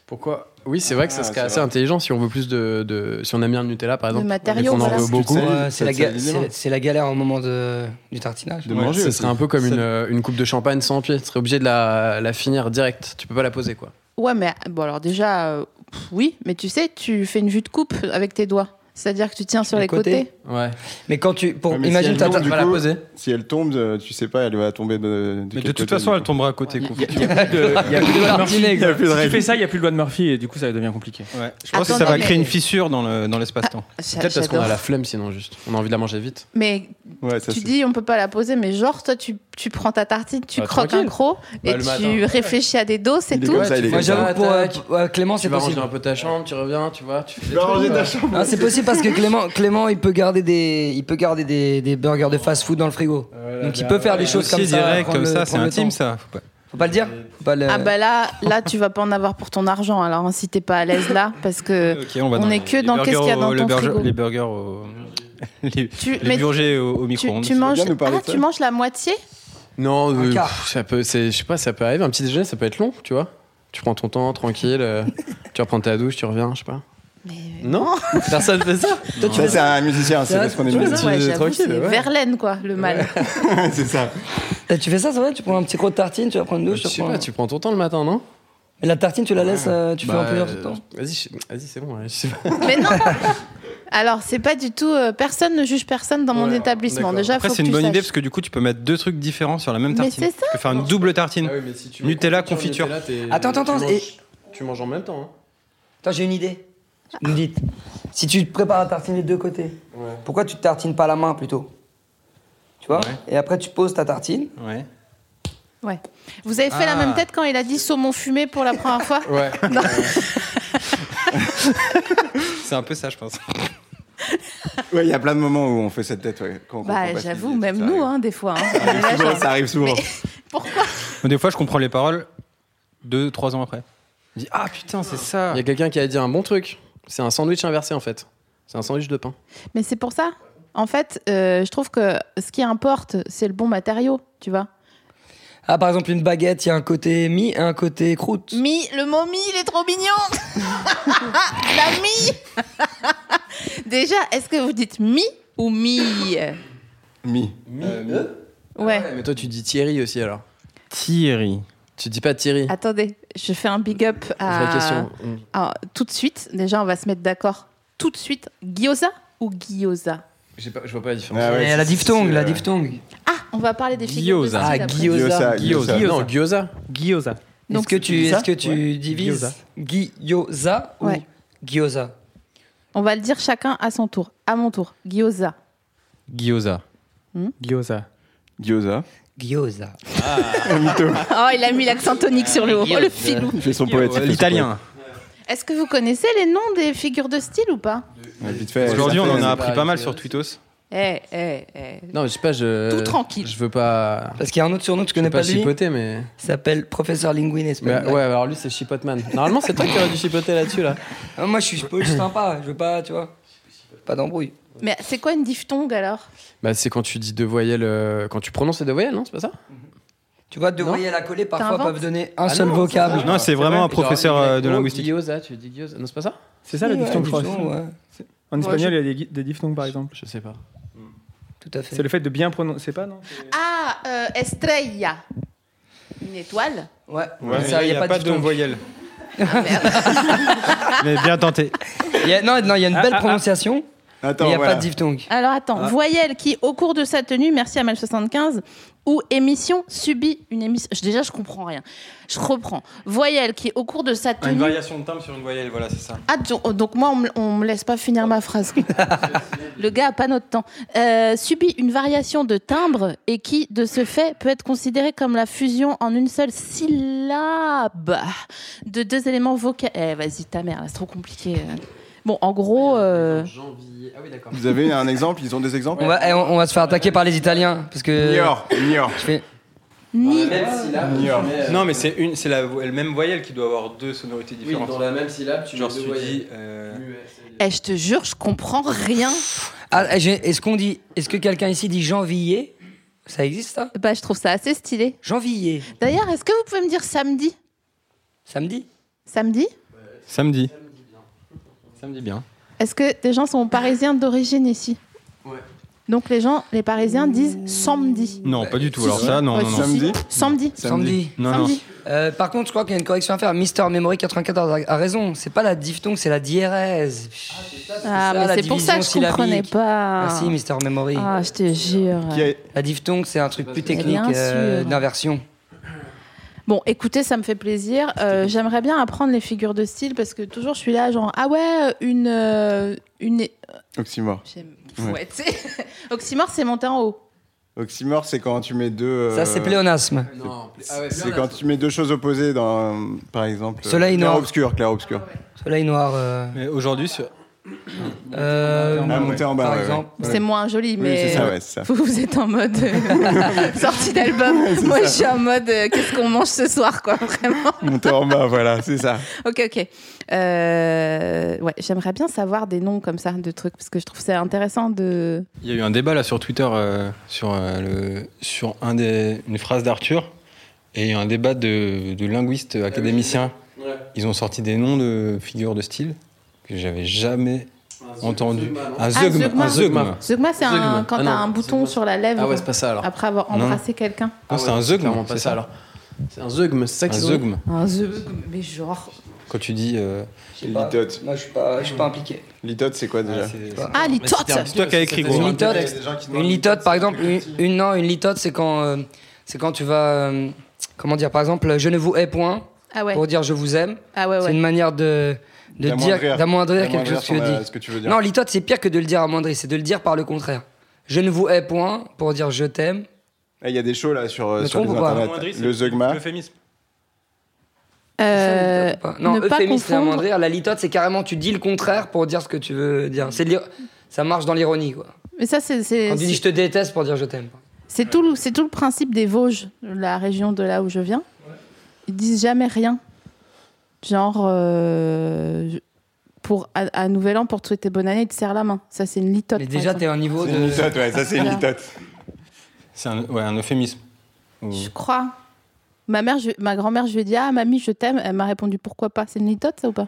Speaker 7: Pourquoi Oui, c'est vrai que
Speaker 5: Ah,
Speaker 7: ça serait
Speaker 5: c'est
Speaker 7: assez
Speaker 5: vrai.
Speaker 7: intelligent si on veut plus de, de- si on aime bien le Nutella par
Speaker 2: De
Speaker 7: exemple.
Speaker 2: matériaux,
Speaker 7: mais qu'on
Speaker 2: voilà.
Speaker 7: en veut beaucoup.
Speaker 5: Ça,
Speaker 4: Ouais,
Speaker 5: ça,
Speaker 4: c'est la,
Speaker 5: ça,
Speaker 4: ga-
Speaker 5: évidemment.
Speaker 4: c'est la- c'est la galère au moment de, du tartinage.
Speaker 5: De
Speaker 7: Ouais,
Speaker 5: manger
Speaker 7: ce
Speaker 5: aussi.
Speaker 7: serait un peu comme
Speaker 5: Ça-
Speaker 7: une, euh, une coupe de champagne sans pied. Tu serais obligé de la, la finir direct. Tu peux pas la poser quoi.
Speaker 2: Ouais, mais bon, alors déjà, euh, pff, oui, mais tu sais, tu fais une vue de coupe avec tes doigts. C'est-à-dire que tu tiens sur
Speaker 4: Les
Speaker 2: les côtés.
Speaker 4: côtés.
Speaker 7: Ouais.
Speaker 4: Mais quand tu. Pour,
Speaker 5: Ouais, mais
Speaker 4: imagine
Speaker 5: si
Speaker 4: ta
Speaker 5: elle
Speaker 7: Tu
Speaker 4: tartine.
Speaker 5: tombe, du
Speaker 7: vas la
Speaker 5: coup-
Speaker 7: poser.
Speaker 5: Si elle tombe, euh, tu sais pas, elle va tomber de.
Speaker 6: Mais de
Speaker 5: quel
Speaker 6: toute
Speaker 5: côté,
Speaker 6: façon,
Speaker 5: du
Speaker 6: elle
Speaker 5: coup.
Speaker 6: tombera à côté. quoi.
Speaker 1: Il n'y a, plus de- il y a plus de loi de Murphy.
Speaker 4: Tartiner, quoi.
Speaker 1: Si tu fais ça, il n'y a plus de loi de Murphy et du coup, ça devient compliqué.
Speaker 6: Ouais. Je pense que ça
Speaker 2: Attendez,
Speaker 6: va
Speaker 2: mais-
Speaker 6: créer une fissure dans le- dans l'espace-temps.
Speaker 2: J'a-
Speaker 7: Peut-être parce qu'on a
Speaker 2: j'adore.
Speaker 7: la flemme sinon juste. On a envie de la manger vite.
Speaker 2: Mais
Speaker 5: Ouais, ça
Speaker 2: tu
Speaker 5: c'est.
Speaker 2: dis, on peut pas la poser, mais genre, toi, tu, tu prends ta tartine, tu
Speaker 7: Bah,
Speaker 2: croques un
Speaker 7: tranquille.
Speaker 2: croc et
Speaker 7: Bah, le
Speaker 2: tu
Speaker 7: matin.
Speaker 2: réfléchis à des dos, c'est
Speaker 5: Il est
Speaker 2: tout.
Speaker 5: comme ça, il est
Speaker 4: Moi,
Speaker 5: comme ça.
Speaker 4: j'avoue,
Speaker 7: ça.
Speaker 4: pour euh, Cl- euh, Clément, c'est
Speaker 7: tu vas ranger
Speaker 4: possible.
Speaker 7: un peu ta chambre, tu reviens, tu vois. Tu fais des
Speaker 5: vas
Speaker 7: trucs, euh.
Speaker 5: ranger ta
Speaker 7: voilà.
Speaker 5: chambre.
Speaker 4: Ah, c'est possible parce que Clément, Clément, il peut garder des, il peut garder des, des burgers de fast-food dans le frigo.
Speaker 1: Euh,
Speaker 7: Voilà,
Speaker 4: Donc il
Speaker 1: bah,
Speaker 7: bien,
Speaker 4: peut faire
Speaker 7: voilà.
Speaker 4: des choses comme
Speaker 6: Aussi,
Speaker 4: ça.
Speaker 6: direct,
Speaker 4: prendre
Speaker 6: comme
Speaker 4: le-
Speaker 6: ça, c'est
Speaker 4: prendre le temps.
Speaker 6: intime ça. Faut pas-
Speaker 4: Faut pas le
Speaker 7: Euh,
Speaker 4: dire. Faut pas le-
Speaker 2: Ah bah là, là, tu vas pas en avoir pour ton argent, alors hein, si t'es pas à l'aise là, parce que
Speaker 6: Ok, on va
Speaker 2: on
Speaker 6: dans
Speaker 2: est
Speaker 6: les-
Speaker 2: que
Speaker 6: les
Speaker 2: dans qu'est-ce
Speaker 6: burgers
Speaker 2: qu'il y a dans
Speaker 6: au- le
Speaker 2: ton
Speaker 6: burger-
Speaker 2: frigo.
Speaker 6: Les burgers au. Les
Speaker 2: tu,
Speaker 6: les
Speaker 2: mais
Speaker 6: burgers au au
Speaker 2: tu,
Speaker 6: micro-ondes.
Speaker 2: tu manges,
Speaker 5: bien nous parler
Speaker 2: ah,
Speaker 5: de ça.
Speaker 2: tu manges la moitié
Speaker 7: Non,
Speaker 4: Un
Speaker 7: euh,
Speaker 4: quart.
Speaker 7: pff, ça peut, c'est, je sais pas, ça peut arriver. Un petit déjeuner, ça peut être long, tu vois. Tu prends ton temps, tranquille. euh, tu reprends ta douche, tu reviens, je sais pas.
Speaker 2: Mais-
Speaker 7: Non, personne fait ça.
Speaker 4: Toi, tu
Speaker 5: Ça,
Speaker 4: fais
Speaker 5: c'est
Speaker 4: ça.
Speaker 5: un musicien, c'est
Speaker 4: Ça,
Speaker 5: parce qu'on est
Speaker 4: tu vois
Speaker 5: musicien.
Speaker 7: tu-
Speaker 2: Ouais, j'avoue,
Speaker 7: tranquille,
Speaker 2: c'est
Speaker 7: ouais.
Speaker 2: Verlaine, quoi, le mal.
Speaker 5: c'est ça.
Speaker 4: Eh, Tu fais ça, c'est vrai. Tu prends un petit gros de tartine, tu vas prendre une douche.
Speaker 7: Je
Speaker 4: Tu
Speaker 7: sais
Speaker 4: prends...
Speaker 7: pas, tu prends ton temps le matin, non
Speaker 4: Et la tartine, tu la laisses, euh, tu fais
Speaker 7: Bah,
Speaker 4: un peu de temps.
Speaker 7: Vas-y, je- vas-y, c'est bon. ouais, je sais pas.
Speaker 2: Mais non Alors, c'est pas du tout. euh, personne ne juge personne dans mon
Speaker 7: Ouais,
Speaker 2: établissement.
Speaker 7: d'accord.
Speaker 2: Déjà,
Speaker 6: Après,
Speaker 2: faut
Speaker 6: c'est
Speaker 2: que
Speaker 6: une
Speaker 2: tu
Speaker 6: bonne idée
Speaker 2: saches.
Speaker 6: parce que du coup, tu peux mettre deux trucs différents sur la même
Speaker 2: Mais
Speaker 6: tartine.
Speaker 2: c'est ça
Speaker 6: Tu peux faire une double tartine.
Speaker 7: Ah oui, mais si tu
Speaker 6: Nutella,
Speaker 7: mets
Speaker 6: confiture.
Speaker 7: Nutella, t'es-
Speaker 4: Attends, attends, attends,
Speaker 7: Tu manges,
Speaker 4: et-
Speaker 7: tu manges en même temps. hein.
Speaker 4: Attends, j'ai une idée. Vous me dites, si tu te prépares à tartiner de deux côtés,
Speaker 7: Hein. Ouais.
Speaker 4: pourquoi tu te tartines pas la main plutôt Tu vois
Speaker 6: Ouais.
Speaker 4: Et après, tu poses ta tartine.
Speaker 6: Ouais.
Speaker 2: Ouais. Vous avez fait la
Speaker 6: Ah.
Speaker 2: même tête quand il a dit saumon fumé pour la première fois Bah,
Speaker 7: Ouais.
Speaker 6: C'est un peu ça, je pense.
Speaker 5: Ouais, il y a plein de moments où on fait cette tête. Ouais, quand on comprend
Speaker 2: Bah,
Speaker 5: pas ce qu'il
Speaker 2: j'avoue,
Speaker 5: dit,
Speaker 2: même
Speaker 5: ça arrive.
Speaker 2: nous, hein, des fois. hein.
Speaker 5: Ça
Speaker 2: On est là,
Speaker 5: arrive souvent,
Speaker 2: genre,
Speaker 5: Ça arrive souvent.
Speaker 2: Pourquoi
Speaker 6: Mais des fois, je comprends les paroles deux, trois ans après. Je dis Ah putain, c'est ça.
Speaker 7: Il y a quelqu'un qui a dit un bon truc. C'est un sandwich inversé en fait. C'est un sandwich de pain.
Speaker 2: Mais c'est pour ça. En fait, euh, je trouve que ce qui importe, c'est le bon matériau, tu vois.
Speaker 4: Ah, par exemple, une baguette, il y a un côté mi et un côté croûte.
Speaker 2: Mi, le mot mi, il est trop mignon La mi Déjà, est-ce que vous dites mi ou mi
Speaker 5: Mi.
Speaker 2: Ouais.
Speaker 7: Ah Mais toi, tu dis Thierry aussi alors.
Speaker 6: Thierry.
Speaker 7: Tu dis pas Thierry.
Speaker 2: Attendez, je fais un big up
Speaker 7: C'est la
Speaker 2: à...
Speaker 7: question. Mm.
Speaker 2: Alors, tout de suite, déjà, on va se mettre d'accord. Tout de suite, gyoza ou gyoza
Speaker 7: J'ai pas- je vois pas la différence.
Speaker 5: Ah ouais,
Speaker 4: et la
Speaker 5: c'est-
Speaker 4: diphtongue,
Speaker 5: c'est-
Speaker 4: la
Speaker 5: ouais.
Speaker 4: diphtongue.
Speaker 2: Ah, on va parler des figures de
Speaker 6: Gyoza.
Speaker 2: style
Speaker 4: Ah,
Speaker 2: après.
Speaker 4: gyoza.
Speaker 5: Gyoza,
Speaker 6: Gyoza.
Speaker 7: Non, gyoza.
Speaker 1: Gyoza.
Speaker 4: Est-ce
Speaker 2: Donc,
Speaker 4: que tu,
Speaker 1: gyoza
Speaker 4: est-ce que tu
Speaker 1: Ouais.
Speaker 4: divises gyoza ou
Speaker 2: Ouais.
Speaker 4: gyoza
Speaker 2: On va le dire chacun à son tour. À mon tour, gyoza.
Speaker 6: Gyoza.
Speaker 1: Gyoza.
Speaker 5: Gyoza.
Speaker 4: Gyoza.
Speaker 2: Oh, il a mis l'accent tonique sur le haut. Oh, le filou.
Speaker 5: Il fait son poète. il fait son
Speaker 6: L'italien.
Speaker 2: Est-ce que vous connaissez les noms des figures de style ou pas
Speaker 5: poète. Ouais, vite fait.
Speaker 6: Aujourd'hui, on en a
Speaker 7: c'est
Speaker 6: appris
Speaker 7: pas
Speaker 6: pas
Speaker 7: italien.
Speaker 6: mal sur Twitos.
Speaker 2: Eh, eh, eh.
Speaker 7: Non, je sais pas, je.
Speaker 2: Tout tranquille.
Speaker 7: Je veux pas.
Speaker 4: Parce qu'il y a un autre surnom que tu
Speaker 7: Je
Speaker 4: connais
Speaker 7: veux
Speaker 4: pas,
Speaker 7: pas
Speaker 4: de lui.
Speaker 7: chipoter, mais.
Speaker 4: Il s'appelle Professeur Linguine
Speaker 7: mais
Speaker 4: espagnol.
Speaker 7: ouais, alors lui, c'est Chipotman. Normalement, c'est toi qui aurais dû chipoter là-dessus, là.
Speaker 4: Ah, moi, je suis pas- je suis sympa. Je veux pas, tu vois. Pas d'embrouille.
Speaker 2: Mais c'est quoi une diphtongue alors
Speaker 7: Bah, c'est quand tu dis deux voyelles. euh, Quand tu prononces les deux voyelles, non C'est pas ça
Speaker 4: Tu vois, deux
Speaker 7: Non.
Speaker 4: voyelles à coller parfois
Speaker 2: T'inventes
Speaker 4: peuvent donner un
Speaker 7: Ah
Speaker 4: seul
Speaker 7: non,
Speaker 4: vocable.
Speaker 6: Non, c'est vraiment un
Speaker 7: Genre,
Speaker 6: professeur euh, de
Speaker 7: oh,
Speaker 6: linguistique.
Speaker 7: Gyoza, tu dis gyoza. Non, c'est pas ça
Speaker 1: C'est ça la
Speaker 4: Ouais,
Speaker 1: diphtongue, je crois.
Speaker 4: diphtongue, ouais.
Speaker 1: En espagnol, il y a des, des diphtongues, par exemple.
Speaker 7: Je sais pas.
Speaker 4: Tout à fait.
Speaker 1: C'est le fait de bien prononcer. C'est pas, non
Speaker 2: Ah, euh, estrella. Une étoile.
Speaker 4: Ouais,
Speaker 6: Ouais, mais
Speaker 4: ça,
Speaker 6: là,
Speaker 4: il
Speaker 6: il
Speaker 4: n'y a, pas de voyelles.
Speaker 6: voyelles. Mais bien tenté.
Speaker 4: Non, non, il y a une belle
Speaker 1: Ah, ah,
Speaker 4: prononciation. Mais
Speaker 5: Attends,
Speaker 4: il n'y a
Speaker 5: voilà.
Speaker 4: pas de diphtongue.
Speaker 2: Alors attends, voyelle qui, au cours de sa tenue, merci à mal 75, ou émission subit une émission. Je- Déjà, je comprends rien. Je reprends. Voyelle qui, au cours de sa
Speaker 6: Une
Speaker 2: tenue.
Speaker 6: variation de timbre sur une voyelle, voilà, c'est ça.
Speaker 2: Ah, donc- donc moi, on me- on me laisse pas finir ma phrase. Le gars a pas notre temps. Euh, subit une variation de timbre et qui, de ce fait, peut être considéré comme la fusion en une seule syllabe de deux éléments vocaux. Eh, vas-y, ta mère, là, c'est trop compliqué. euh. Bon, en gros. euh,
Speaker 7: Janvier. Ah oui, d'accord.
Speaker 5: Vous avez un exemple Ils ont des exemples
Speaker 4: On, va, eh, on, on va se faire attaquer par les Italiens. Parce que.
Speaker 5: Niort, Niort.
Speaker 4: Je fais-
Speaker 2: ni-
Speaker 7: Dans la même syllabe,
Speaker 5: Niort.
Speaker 7: tu mets, euh,
Speaker 6: Non, mais c'est une, c'est la, la même voyelle qui doit avoir deux sonorités
Speaker 7: Oui,
Speaker 6: différentes.
Speaker 7: dans la même syllabe, tu
Speaker 6: Genre,
Speaker 7: mets
Speaker 6: si
Speaker 7: deux
Speaker 6: tu
Speaker 7: voyelles.
Speaker 6: dis. euh,
Speaker 7: Muet, c'est-
Speaker 2: Eh, je te jure, je comprends rien.
Speaker 4: Ah, eh, j'ai- Est-ce qu'on dit. Est-ce que quelqu'un ici dit janvier Ça existe ça
Speaker 2: Bah, je trouve ça assez stylé.
Speaker 4: Janvier.
Speaker 2: D'ailleurs, est-ce que vous pouvez me dire samedi
Speaker 4: Samedi
Speaker 2: Samedi
Speaker 6: Samedi. Samedi bien.
Speaker 2: Est-ce que des gens sont parisiens d'origine ici
Speaker 7: Ouais.
Speaker 2: Donc les gens, les parisiens disent samedi.
Speaker 6: Non, pas du tout.
Speaker 2: Si,
Speaker 6: Alors
Speaker 2: si.
Speaker 6: ça, non,
Speaker 2: Ouais,
Speaker 6: non,
Speaker 2: si,
Speaker 6: non.
Speaker 2: si.
Speaker 5: Samedi
Speaker 2: Samedi.
Speaker 4: Samedi.
Speaker 6: Non, non.
Speaker 2: Samedi.
Speaker 4: Euh, par contre, je crois qu'il y a une correction à faire. Mister Memory 94 a- a raison. C'est pas la diphtongue, c'est la diérèse.
Speaker 2: Ah, mais
Speaker 4: la
Speaker 2: c'est pour ça que je
Speaker 4: division
Speaker 2: comprenais
Speaker 4: syllabique.
Speaker 2: pas.
Speaker 4: Merci, Mister Memory.
Speaker 2: Ah, je te jure.
Speaker 5: Qui a-
Speaker 4: La diphtongue, c'est un truc plus
Speaker 2: bien
Speaker 4: technique euh,
Speaker 2: sûr.
Speaker 4: d'inversion.
Speaker 2: Bon, écoutez, ça me fait plaisir. Euh, J'aimerais bien apprendre les figures de style parce que toujours je suis là, genre, ah ouais, une. euh, une...
Speaker 5: Oxymore.
Speaker 2: J'aime-
Speaker 5: Ouais.
Speaker 2: Ouais, tu sais. Oxymore, c'est monté en haut.
Speaker 5: Oxymore, c'est quand tu mets deux. euh,
Speaker 4: Ça, c'est pléonasme.
Speaker 7: Non, ah ouais,
Speaker 5: C'est
Speaker 7: plein
Speaker 5: quand tu mets deux choses opposées dans, euh, par exemple. euh,
Speaker 4: Soleil
Speaker 5: clair
Speaker 4: noir.
Speaker 5: obscur, clair obscur.
Speaker 4: Soleil noir. euh,
Speaker 6: Mais aujourd'hui, sur-
Speaker 4: euh,
Speaker 5: Ah, monter en bas.
Speaker 4: par
Speaker 5: ouais, ouais.
Speaker 4: exemple.
Speaker 2: C'est moins joli,
Speaker 5: Oui,
Speaker 2: mais.
Speaker 5: c'est ça, ouais, c'est ça.
Speaker 2: Vous, vous êtes en mode euh, sortie d'album. Moi, je suis en mode euh, qu'est-ce qu'on mange ce soir, quoi, vraiment.
Speaker 5: Monter en bas, voilà, c'est ça.
Speaker 2: Ok, ok. Euh, ouais, j'aimerais bien savoir des noms comme ça de trucs parce que je trouve ça intéressant de.
Speaker 6: il y a eu un débat là sur Twitter euh, sur, euh, le, sur un des, une phrase d'Arthur et il y a eu un débat de, de linguistes académiciens.
Speaker 7: Ouais.
Speaker 6: Ils ont sorti des noms de figures de style que j'avais jamais entendu. Un
Speaker 2: Ah,
Speaker 6: zeugma.
Speaker 2: zeugma.
Speaker 6: Un zeugma.
Speaker 2: Zeugma, c'est
Speaker 7: Zeugma.
Speaker 2: un quand
Speaker 7: Ah
Speaker 2: t'as
Speaker 7: non,
Speaker 2: un bouton
Speaker 7: Zeugma.
Speaker 2: sur la lèvre
Speaker 7: Ah ouais, c'est pas ça alors. Ah
Speaker 2: après avoir
Speaker 6: Non, non.
Speaker 2: embrassé quelqu'un.
Speaker 6: Non, Ah c'est un zeugma.
Speaker 7: Clairement pas
Speaker 6: c'est
Speaker 7: ça alors. C'est un zeugme, c'est ça
Speaker 6: Un
Speaker 7: qu'ils ont dit.
Speaker 6: zeugma.
Speaker 2: Un zeugma, mais genre.
Speaker 6: Quand tu dis. euh,
Speaker 4: Je sais pas.
Speaker 5: Litote.
Speaker 4: Moi, je suis pas, je suis pas impliqué.
Speaker 5: Litote, c'est quoi déjà
Speaker 2: Ah,
Speaker 7: Mais
Speaker 2: les
Speaker 7: c'était
Speaker 2: totes.
Speaker 7: un-
Speaker 6: toi qui as écrit,
Speaker 7: c'était
Speaker 6: gros.
Speaker 7: sur un
Speaker 4: Une litote.
Speaker 7: texte.
Speaker 4: Une litote, par exemple, une, une- non, une litote, c'est quand, euh, c'est quand tu vas, euh, comment dire, par exemple, je ne vous hais point
Speaker 2: Ah ouais.
Speaker 4: pour dire je vous aime.
Speaker 2: Ah ouais,
Speaker 4: C'est une
Speaker 2: ouais.
Speaker 4: manière de, de dire, d'amoindrir quelque chose que tu
Speaker 5: dis.
Speaker 4: dis.
Speaker 5: Ce que tu veux dire.
Speaker 4: Non, litote, c'est pire que de le dire amoindri, c'est de le dire par le contraire. Je ne vous hais point pour dire je t'aime.
Speaker 5: Eh, Il y a des shows là sur, euh,
Speaker 4: Me
Speaker 5: sur les
Speaker 4: trompe ou pas
Speaker 5: internets. Le Zeugma.
Speaker 6: L'euphémisme.
Speaker 2: Euh,
Speaker 4: C'est ça, litote, ou pas non,
Speaker 2: ne pas
Speaker 4: euphémisme, c'est
Speaker 2: confondre-
Speaker 4: amoindrir. La litote, c'est carrément tu dis le contraire pour dire ce que tu veux dire. C'est de l'ir- ça marche dans l'ironie, quoi.
Speaker 2: mais ça, c'est c'est-
Speaker 4: Quand tu dis je te déteste pour dire je t'aime.
Speaker 2: C'est tout, le- c'est tout le principe des Vosges, la région de là où je viens. Ils disent jamais rien. Genre, euh, je- pour, à, à Nouvel An, pour te souhaiter bonne année, ils te serrent la main. Ça, c'est une litote.
Speaker 4: Mais
Speaker 2: par
Speaker 4: déjà,
Speaker 2: exemple.
Speaker 4: t'es à un niveau
Speaker 5: C'est une
Speaker 4: de.
Speaker 5: litote, ouais, ça c'est une
Speaker 2: Voilà.
Speaker 5: litote.
Speaker 6: C'est un, ouais, un euphémisme. Ou-
Speaker 2: Je crois. Ma, mère, je- ma grand-mère, je lui ai dit Ah, mamie, je t'aime. Elle m'a répondu Pourquoi pas C'est une litote, ça ou pas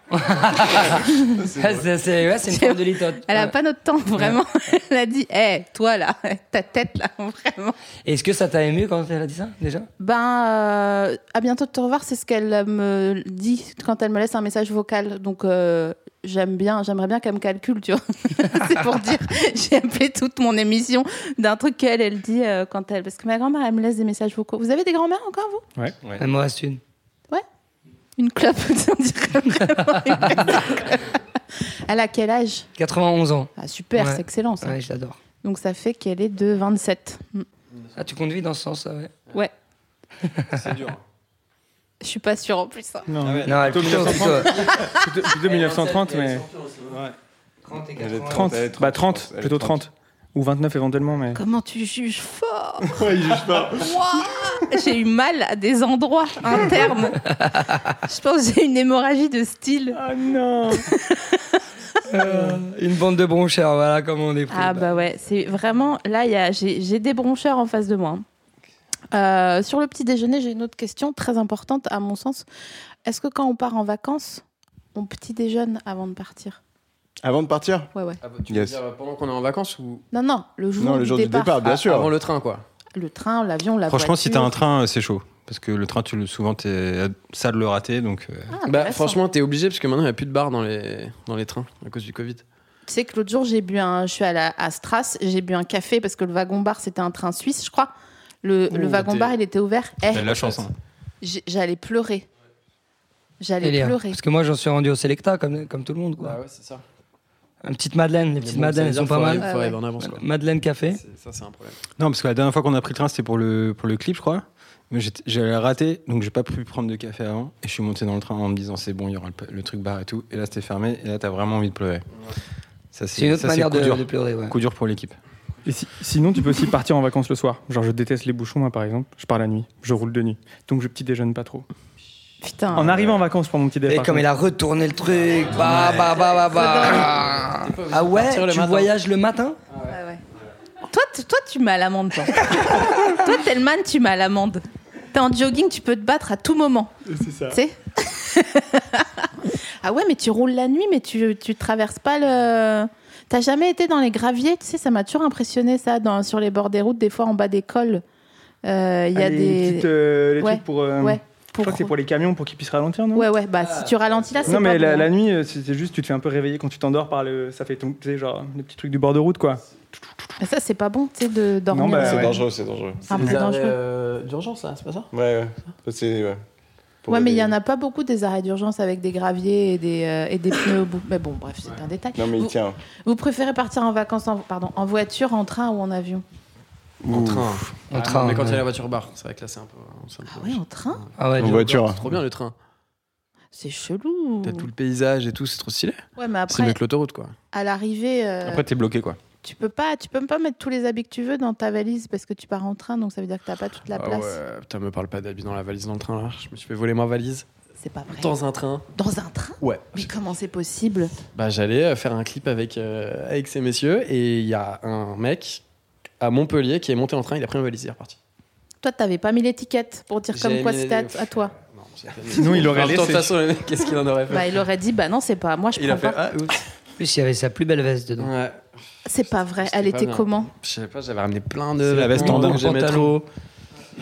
Speaker 4: Ouais, c'est c'est- ouais, c'est une forme de litote.
Speaker 2: Elle a
Speaker 4: Ouais.
Speaker 2: pas notre temps, vraiment. Elle a dit Hé, toi là, ta tête là, vraiment.
Speaker 4: Est-ce que ça t'a ému quand elle a dit ça déjà
Speaker 2: Ben, euh, à bientôt de te revoir, c'est ce qu'elle me dit quand elle me laisse un message vocal. Donc, euh, j'aime bien, j'aimerais bien qu'elle me calcule, tu vois. c'est pour dire, j'ai appelé toute mon émission d'un truc qu'elle, elle dit euh, quand elle. Parce que ma grand-mère, elle me laisse des messages vocaux. Vous avez des grand-mères encore, vous
Speaker 6: Ouais.
Speaker 4: Elle m'en reste une.
Speaker 2: Une clope, on dirait vraiment une clope. Elle a quel âge
Speaker 4: 91 ans.
Speaker 2: ah, Super,
Speaker 4: Ouais.
Speaker 2: c'est excellent ça.
Speaker 4: Ouais, je l'adore.
Speaker 2: Donc, ça fait qu'elle est de 27. Mm.
Speaker 4: Ah, tu conduis dans ce sens, ça, ouais.
Speaker 6: C'est dur.
Speaker 2: Je suis pas sûre en plus. hein.
Speaker 1: Non,
Speaker 4: Ah Non, elle
Speaker 1: plutôt
Speaker 4: plutôt, plutôt.
Speaker 1: plutôt, plutôt 1930, mais.
Speaker 5: Elle est
Speaker 1: 30,
Speaker 5: elle est 30,
Speaker 1: bah
Speaker 5: je
Speaker 1: 30,
Speaker 5: pense, elle est
Speaker 1: plutôt 30. Ou 29 éventuellement, mais.
Speaker 2: Comment tu juges fort
Speaker 5: Ouais, il juge pas.
Speaker 2: Ouah, j'ai eu mal à des endroits internes. Je pense que j'ai une hémorragie de style.
Speaker 1: Ah non
Speaker 4: Euh, une bande de bronchères, voilà comment on est pris.
Speaker 2: Ah bah ouais, c'est vraiment là, il y a- j'ai j'ai des broncheurs en face de moi. hein. Euh, sur le petit déjeuner, j'ai une autre question très importante à mon sens. Est-ce que quand on part en vacances, on petit déjeune avant de partir
Speaker 5: Avant de partir
Speaker 2: Ouais ouais.
Speaker 7: Ah bah, tu
Speaker 5: Yes.
Speaker 7: veux dire euh, pendant qu'on est en vacances ou
Speaker 2: Non non, le jour,
Speaker 5: Non, le
Speaker 2: du,
Speaker 5: jour du
Speaker 2: départ.
Speaker 5: départ, bien
Speaker 7: Ah, avant
Speaker 5: sûr.
Speaker 7: le train quoi
Speaker 2: Le train, l'avion, la
Speaker 6: Franchement, si t'as un
Speaker 2: voiture.
Speaker 6: train, euh, c'est chaud. Parce que le train, tu le, souvent, t'es ça de le rater. Donc, euh,
Speaker 2: Ah,
Speaker 7: Bah
Speaker 2: intéressant.
Speaker 7: franchement t'es obligé parce que maintenant il n'y a plus de bar dans les, dans les trains à cause du Covid.
Speaker 2: Tu sais que l'autre jour, j'ai bu un, je suis allée à, à Strasse, j'ai bu un café parce que le wagon bar, c'était un train suisse, je crois. Le, le
Speaker 7: Ouh,
Speaker 2: wagon
Speaker 7: t'es-
Speaker 2: bar, il était ouvert. Eh,
Speaker 6: T'as de la chance. hein.
Speaker 2: j'ai- j'allais pleurer. J'allais
Speaker 4: Délire.
Speaker 2: pleurer.
Speaker 4: hein, Parce que moi, j'en suis rendu au Selecta, comme, comme tout le monde. Quoi.
Speaker 7: Bah ouais, c'est ça.
Speaker 4: Une petite Madeleine, les
Speaker 7: Mais
Speaker 4: petites
Speaker 7: bon,
Speaker 4: Madeleines,
Speaker 7: ça veut
Speaker 4: elles
Speaker 7: dire
Speaker 4: sont pas
Speaker 7: faut
Speaker 4: mal.
Speaker 7: arriver- faut arriver en avance, quoi.
Speaker 4: Madeleine Café.
Speaker 7: C'est- Ça, c'est un problème.
Speaker 6: Non, parce que la dernière fois qu'on a pris le train, c'était pour le, pour le clip, je crois. Mais j'étais- j'avais raté, donc j'ai pas pu prendre de café avant. Et je suis monté dans le train en me disant c'est bon, il y aura le, le truc bar et tout. Et là, c'était fermé. Et là, t'as vraiment envie de pleurer. Ça,
Speaker 4: C'est une autre
Speaker 6: ça,
Speaker 4: manière
Speaker 6: coup
Speaker 4: de,
Speaker 6: dur.
Speaker 4: de pleurer. ouais.
Speaker 6: Coup dur pour l'équipe.
Speaker 1: Et si- sinon, tu peux aussi partir en vacances le soir. Genre, je déteste les bouchons, moi, par exemple. Je pars la nuit. Je roule de nuit. Donc, je petit déjeune pas trop.
Speaker 2: Putain.
Speaker 1: En arrivant en vacances pour mon petit
Speaker 4: Ah. Et
Speaker 1: déjeuner.
Speaker 4: comme il a retourné le truc, bah bah bah bah bah.
Speaker 7: T'es pas obligé
Speaker 4: Ah
Speaker 7: de
Speaker 4: ouais,
Speaker 7: partir le
Speaker 4: tu
Speaker 7: matin.
Speaker 4: voyages le matin
Speaker 2: Ouais, ouais. Toi, tu- toi, tu mets à l'amende, toi. toi, Telman, tu mets à l'amende. T'es en jogging, tu peux te battre à tout moment.
Speaker 1: C'est ça.
Speaker 2: Tu sais Ah ouais, mais tu roules la nuit, mais tu, tu traverses pas le. T'as jamais été dans les graviers, tu sais, ça m'a toujours impressionné ça, dans, sur les bords des routes, des fois en bas des cols. Euh, Il y a des.
Speaker 1: Ah, Les petites, euh, les
Speaker 2: Ouais.
Speaker 1: trucs pour. euh,
Speaker 2: Ouais,
Speaker 1: Je crois que c'est pour Ah. les camions pour qu'ils puissent ralentir, non
Speaker 2: Ouais, ouais, bah si tu ralentis là, c'est.
Speaker 1: Non,
Speaker 2: pas
Speaker 1: mais la,
Speaker 2: bon. hein.
Speaker 1: la nuit, euh, c'est c'est juste, tu te fais un peu réveiller quand tu t'endors par le. Ça fait ton. Tu sais, genre, les petits trucs du bord de route, quoi.
Speaker 2: Mais ça, c'est pas bon, tu sais, de dormir.
Speaker 1: Non, bah,
Speaker 2: C'est
Speaker 1: ouais.
Speaker 5: dangereux, c'est dangereux.
Speaker 2: un peu
Speaker 7: Les arrêts,
Speaker 2: dangereux.
Speaker 7: euh, d'urgence, là, c'est pas ça
Speaker 5: Ouais, ouais. C'est. Ouais, Pour
Speaker 2: ouais, mais il n'y
Speaker 5: les-
Speaker 2: en a pas beaucoup des arrêts d'urgence avec des graviers et des, euh, et des pneus au bout. Mais bon, bref, c'est un détail.
Speaker 5: Non, mais
Speaker 2: vous,
Speaker 5: il tient.
Speaker 2: vous préférez partir en vacances en, pardon, en voiture, en train ou en avion
Speaker 7: En train.
Speaker 4: En
Speaker 7: Ah,
Speaker 4: train.
Speaker 7: non, Mais quand il y a la voiture barre, c'est vrai que là, c'est un peu. c'est un peu
Speaker 2: Ah ouais, en train
Speaker 4: Ah ouais,
Speaker 5: En
Speaker 4: je-
Speaker 5: voiture.
Speaker 7: C'est trop bien le train.
Speaker 2: C'est chelou.
Speaker 7: T'as tout le paysage et tout, c'est trop stylé.
Speaker 2: Ouais, mais
Speaker 7: C'est
Speaker 2: après,
Speaker 7: mieux que l'autoroute, quoi.
Speaker 2: à l'arrivée, euh,
Speaker 6: Après, t'es bloqué, quoi.
Speaker 2: tu peux pas, tu peux pas mettre tous les habits que tu veux dans ta valise parce que tu pars en train, donc ça veut dire que t'as pas toute la
Speaker 7: Ah
Speaker 2: place.
Speaker 7: ouais, putain, me parle pas d'habits dans la valise dans le train, là. Je me suis fait voler ma valise.
Speaker 2: C'est pas vrai. Dans...
Speaker 7: Dans un train
Speaker 2: un train
Speaker 7: Ouais.
Speaker 2: Mais comment c'est possible
Speaker 7: Bah, j'allais euh, faire un clip avec, euh, avec ces messieurs et il y a un mec à Montpellier qui est monté en train, il a pris ma valise, il est reparti.
Speaker 2: Toi, t'avais pas mis l'étiquette pour dire
Speaker 7: J'ai
Speaker 2: comme quoi
Speaker 7: mis
Speaker 2: c'était à,
Speaker 7: les-
Speaker 2: à toi.
Speaker 7: Non, j'ai pas mis.
Speaker 1: Sinon, il aurait
Speaker 7: En même temps, De toute
Speaker 1: laissé.
Speaker 7: façon, le mec, qu'est-ce qu'il en aurait fait
Speaker 2: Bah, il aurait dit, bah non, c'est pas à moi, je
Speaker 7: Il
Speaker 2: prends
Speaker 7: a fait
Speaker 2: pas.
Speaker 7: Ah, oups.
Speaker 4: En plus, il y avait sa plus belle veste dedans.
Speaker 7: Ouais.
Speaker 2: C'est pas vrai.
Speaker 7: C'était
Speaker 2: Elle
Speaker 7: pas
Speaker 2: était
Speaker 7: bien.
Speaker 2: comment
Speaker 7: Je sais pas, j'avais ramené plein de.
Speaker 6: C'est la veste
Speaker 7: vêtements
Speaker 6: en
Speaker 7: que
Speaker 6: daim,
Speaker 7: j'aimais
Speaker 4: pantalon.
Speaker 7: trop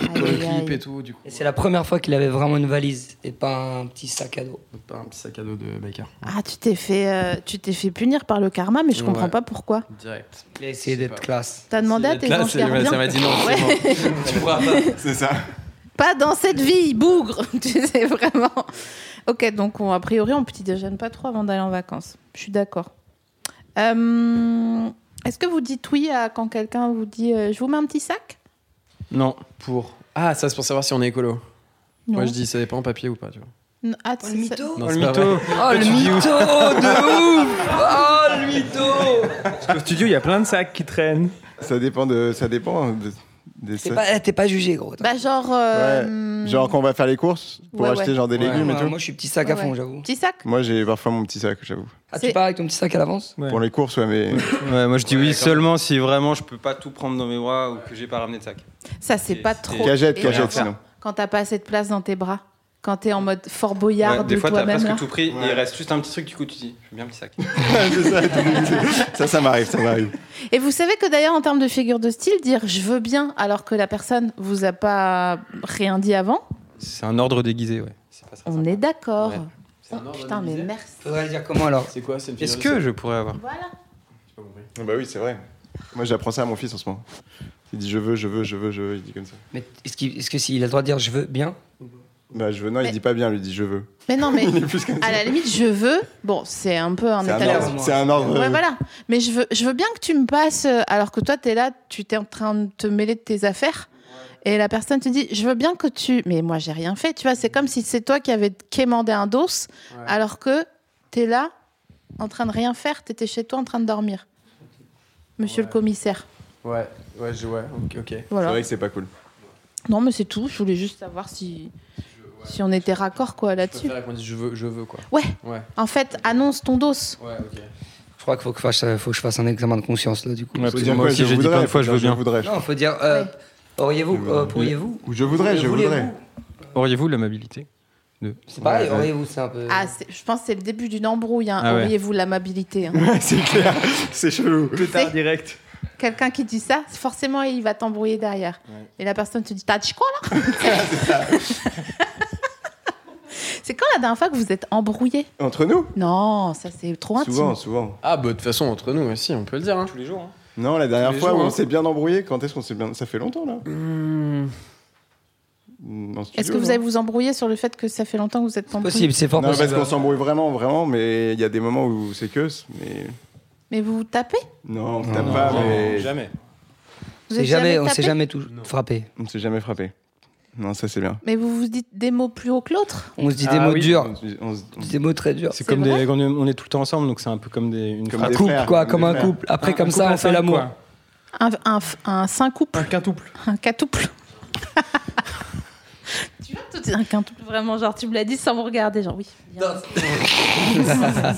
Speaker 2: Aïe,
Speaker 7: pour le
Speaker 2: aïe,
Speaker 7: clip
Speaker 2: aïe.
Speaker 7: et tout, du coup.
Speaker 4: Et c'est la première fois qu'il avait vraiment une valise et pas un petit sac à dos.
Speaker 7: Pas un petit sac à dos de biker.
Speaker 2: Ah, tu t'es fait, euh, tu t'es fait punir par le karma, mais je
Speaker 7: Ouais.
Speaker 2: comprends pas pourquoi.
Speaker 7: Direct.
Speaker 4: Il a essayé
Speaker 7: Je sais
Speaker 4: d'être
Speaker 7: pas.
Speaker 4: classe.
Speaker 2: T'as demandé à tes
Speaker 7: Là,
Speaker 2: anges
Speaker 7: c'est-
Speaker 2: gardiens.
Speaker 7: ça m'a dit non, c'est
Speaker 2: Ouais.
Speaker 7: bon. tu pourras pas.
Speaker 5: C'est ça.
Speaker 2: Pas dans cette vie, bougre. tu sais vraiment. Ok, donc on- a priori on petit déjeune pas trop avant d'aller en vacances. Je suis d'accord. Euh, Est-ce que vous dites oui à quand quelqu'un vous dit euh, je vous mets un petit sac
Speaker 6: Non.
Speaker 7: Pour. Ah, ça c'est pour savoir si on est écolo.
Speaker 2: Non.
Speaker 7: Moi je dis ça dépend en papier ou pas, tu vois.
Speaker 2: Non, ah,
Speaker 4: Oh,
Speaker 2: c'est
Speaker 4: le
Speaker 2: ça-
Speaker 4: mytho
Speaker 7: Non,
Speaker 6: Oh,
Speaker 7: c'est
Speaker 6: le
Speaker 7: pas
Speaker 6: mytho
Speaker 4: Oh, le mytho de ouf Oh, le mytho
Speaker 1: Au studio, il y a plein de sacs qui traînent.
Speaker 5: Ça dépend de. Ça dépend de- des.
Speaker 4: T'es pas, eh, t'es pas jugé, gros.
Speaker 2: Bah genre. euh,
Speaker 5: Ouais. Genre quand on va faire les courses pour
Speaker 2: Ouais,
Speaker 5: acheter
Speaker 2: ouais.
Speaker 5: genre des
Speaker 4: Ouais,
Speaker 5: légumes et
Speaker 4: ouais,
Speaker 5: tout.
Speaker 4: Moi, je suis petit sac à
Speaker 2: Ouais,
Speaker 4: fond,
Speaker 2: ouais.
Speaker 4: j'avoue.
Speaker 2: petit sac.
Speaker 5: Moi j'ai parfois mon petit sac, j'avoue.
Speaker 4: Ah,
Speaker 2: C'est-
Speaker 4: tu pars avec ton petit sac à l'avance
Speaker 1: Ouais.
Speaker 5: Pour les courses, ouais, mais.
Speaker 6: Ouais, moi, je dis
Speaker 7: Ouais,
Speaker 6: oui
Speaker 7: d'accord.
Speaker 6: seulement si vraiment je peux pas tout prendre dans mes bras ou que j'ai pas ramené de sac.
Speaker 2: Ça c'est
Speaker 6: Et-
Speaker 2: pas
Speaker 6: et-
Speaker 2: trop.
Speaker 5: Cagette,
Speaker 2: Et-
Speaker 5: cagette sinon.
Speaker 2: Quand t'as pas assez de place dans tes bras. Quand t'es en mode fort
Speaker 6: Ouais,
Speaker 2: boyard
Speaker 6: des
Speaker 2: de
Speaker 6: fois, t'as
Speaker 2: toi-même.
Speaker 6: presque
Speaker 2: là.
Speaker 6: tout pris et
Speaker 5: Ouais.
Speaker 6: il reste juste un petit truc, du coup, tu dis je veux bien un petit sac.
Speaker 5: C'est ça, t'es dégoûté. ça, ça m'arrive, ça m'arrive.
Speaker 2: Et vous savez que d'ailleurs, en termes de figure de style, dire je veux bien alors que la personne vous a pas rien dit avant,
Speaker 6: C'est un ordre déguisé, ouais. C'est pas ça.
Speaker 2: on est d'accord.
Speaker 6: Ouais.
Speaker 2: Oh, putain, mais merci.
Speaker 4: Faudrait le dire comment alors
Speaker 7: C'est quoi C'est une
Speaker 6: Est-ce que je pourrais avoir
Speaker 2: Voilà.
Speaker 6: Ah
Speaker 5: Bah oui, c'est vrai. Moi j'apprends ça à mon fils en ce moment. Il dit je veux, je veux, je veux, je veux, il dit comme ça.
Speaker 4: Mais est-ce qu'il est-ce que s'il a le droit de dire je veux bien
Speaker 5: Bah je veux, non,
Speaker 2: Mais-
Speaker 5: il dit pas bien, lui il dit je veux.
Speaker 2: Mais non, mais
Speaker 5: Il est plus comme ça.
Speaker 2: à la limite, je veux. Bon, c'est un peu un
Speaker 5: C'est
Speaker 2: état
Speaker 5: un
Speaker 4: à l'heure,
Speaker 2: d'urgence.
Speaker 5: ordre.
Speaker 4: moi.
Speaker 5: C'est un ordre.
Speaker 2: Ouais, voilà. Mais je veux, je veux bien que tu me passes, euh, alors que toi, t'es là, tu t'es en train de te mêler de tes affaires. Et la personne te dit, je veux bien que tu. Mais moi, j'ai rien fait. Tu vois, c'est comme si c'est toi qui avais quémandé un dos, alors que t'es là, en train de rien faire. T'étais chez toi, en train de dormir. Monsieur
Speaker 7: Ouais.
Speaker 2: le commissaire.
Speaker 7: Ouais, ouais, je... ouais, ok, ok.
Speaker 5: C'est
Speaker 2: Voilà.
Speaker 5: vrai que c'est pas cool.
Speaker 2: Non, mais c'est tout. Je voulais juste savoir si, si on était raccord, quoi,
Speaker 7: Je
Speaker 2: là-dessus.
Speaker 7: préfère qu'on dise je veux, je veux quoi.
Speaker 2: Ouais.
Speaker 7: Ouais,
Speaker 2: En fait, annonce ton dos.
Speaker 7: ouais, ok.
Speaker 4: Je crois qu'il faut que, je fasse, euh, faut que je fasse un examen de conscience là, du coup.
Speaker 6: Ouais,
Speaker 5: Faut
Speaker 6: parce que
Speaker 5: dire
Speaker 6: moi
Speaker 5: quoi,
Speaker 6: aussi, j'ai dit
Speaker 5: voudrais,
Speaker 6: plein de fois, je
Speaker 5: faut
Speaker 6: veux
Speaker 5: dire,
Speaker 6: bien.
Speaker 5: Je voudrais.
Speaker 4: Non, faut dire euh,
Speaker 2: Ouais.
Speaker 4: auriez-vous, euh, pourriez-vous
Speaker 5: Ou je voudrais, je
Speaker 4: Voulez-vous
Speaker 5: voudrais.
Speaker 6: Auriez-vous l'amabilité de...
Speaker 4: C'est pareil,
Speaker 5: Ouais, ouais.
Speaker 4: auriez-vous, c'est un peu.
Speaker 2: Ah, c'est- je pense que c'est le début d'une embrouille. hein.
Speaker 6: Ah ouais.
Speaker 2: Auriez-vous l'amabilité hein.
Speaker 5: Ouais, c'est clair, c'est chelou.
Speaker 1: Pétard direct.
Speaker 2: Quelqu'un qui dit ça, forcément, il va t'embrouiller derrière. Et la personne te dit T'as dit quoi là C'est quand la dernière fois que vous êtes embrouillé
Speaker 5: Entre nous
Speaker 2: Non, ça c'est trop intime.
Speaker 5: Souvent, souvent.
Speaker 7: Ah, bah de toute façon, entre nous aussi, on peut le dire. hein.
Speaker 6: Tous les jours. hein.
Speaker 5: Non, la dernière
Speaker 7: les
Speaker 5: fois,
Speaker 7: jours,
Speaker 5: on
Speaker 7: hein.
Speaker 5: s'est bien embrouillé. Quand est-ce qu'on s'est bien. Ça fait longtemps, là
Speaker 6: Hmm.
Speaker 5: En studio,
Speaker 2: Est-ce que vous
Speaker 5: non
Speaker 2: allez vous embrouiller sur le fait que ça fait longtemps que vous êtes embrouillé
Speaker 4: Possible, c'est fort
Speaker 5: Non, parce
Speaker 4: possible.
Speaker 5: qu'on s'embrouille vraiment, vraiment, mais il y a des moments où c'est que. Mais.
Speaker 2: Mais vous vous tapez
Speaker 5: Non, on tape pas, mais.
Speaker 6: Jamais.
Speaker 2: Vous
Speaker 4: C'est
Speaker 2: êtes
Speaker 4: jamais, on
Speaker 2: tapé
Speaker 4: s'est jamais tout frappé.
Speaker 5: On ne s'est jamais frappé. Non, ça, c'est bien.
Speaker 2: Mais vous vous dites des mots plus haut que l'autre
Speaker 4: On se dit des
Speaker 6: Ah
Speaker 4: mots
Speaker 6: oui.
Speaker 4: durs,
Speaker 5: On se- on se- on se-
Speaker 4: des mots très durs.
Speaker 6: C'est
Speaker 2: C'est
Speaker 6: comme
Speaker 2: vrai
Speaker 6: des. quand On est tout le temps ensemble, donc c'est un peu comme des, une
Speaker 5: Comme
Speaker 4: Un
Speaker 6: phrase.
Speaker 5: des
Speaker 4: couple,
Speaker 5: frères,
Speaker 4: quoi,
Speaker 5: comme
Speaker 4: comme
Speaker 5: des
Speaker 4: un
Speaker 5: frères.
Speaker 4: couple. Après, comme
Speaker 6: couple
Speaker 4: ça,
Speaker 6: à
Speaker 4: on fait
Speaker 6: cinq,
Speaker 4: l'amour.
Speaker 6: quoi.
Speaker 2: Un, un, un cinq-couple,
Speaker 1: Un quintouple.
Speaker 2: un quintouple. tu vois, tout est un quintouple, vraiment. Genre, tu me l'as dit sans me regarder. Genre, oui. bien.
Speaker 7: J'arrive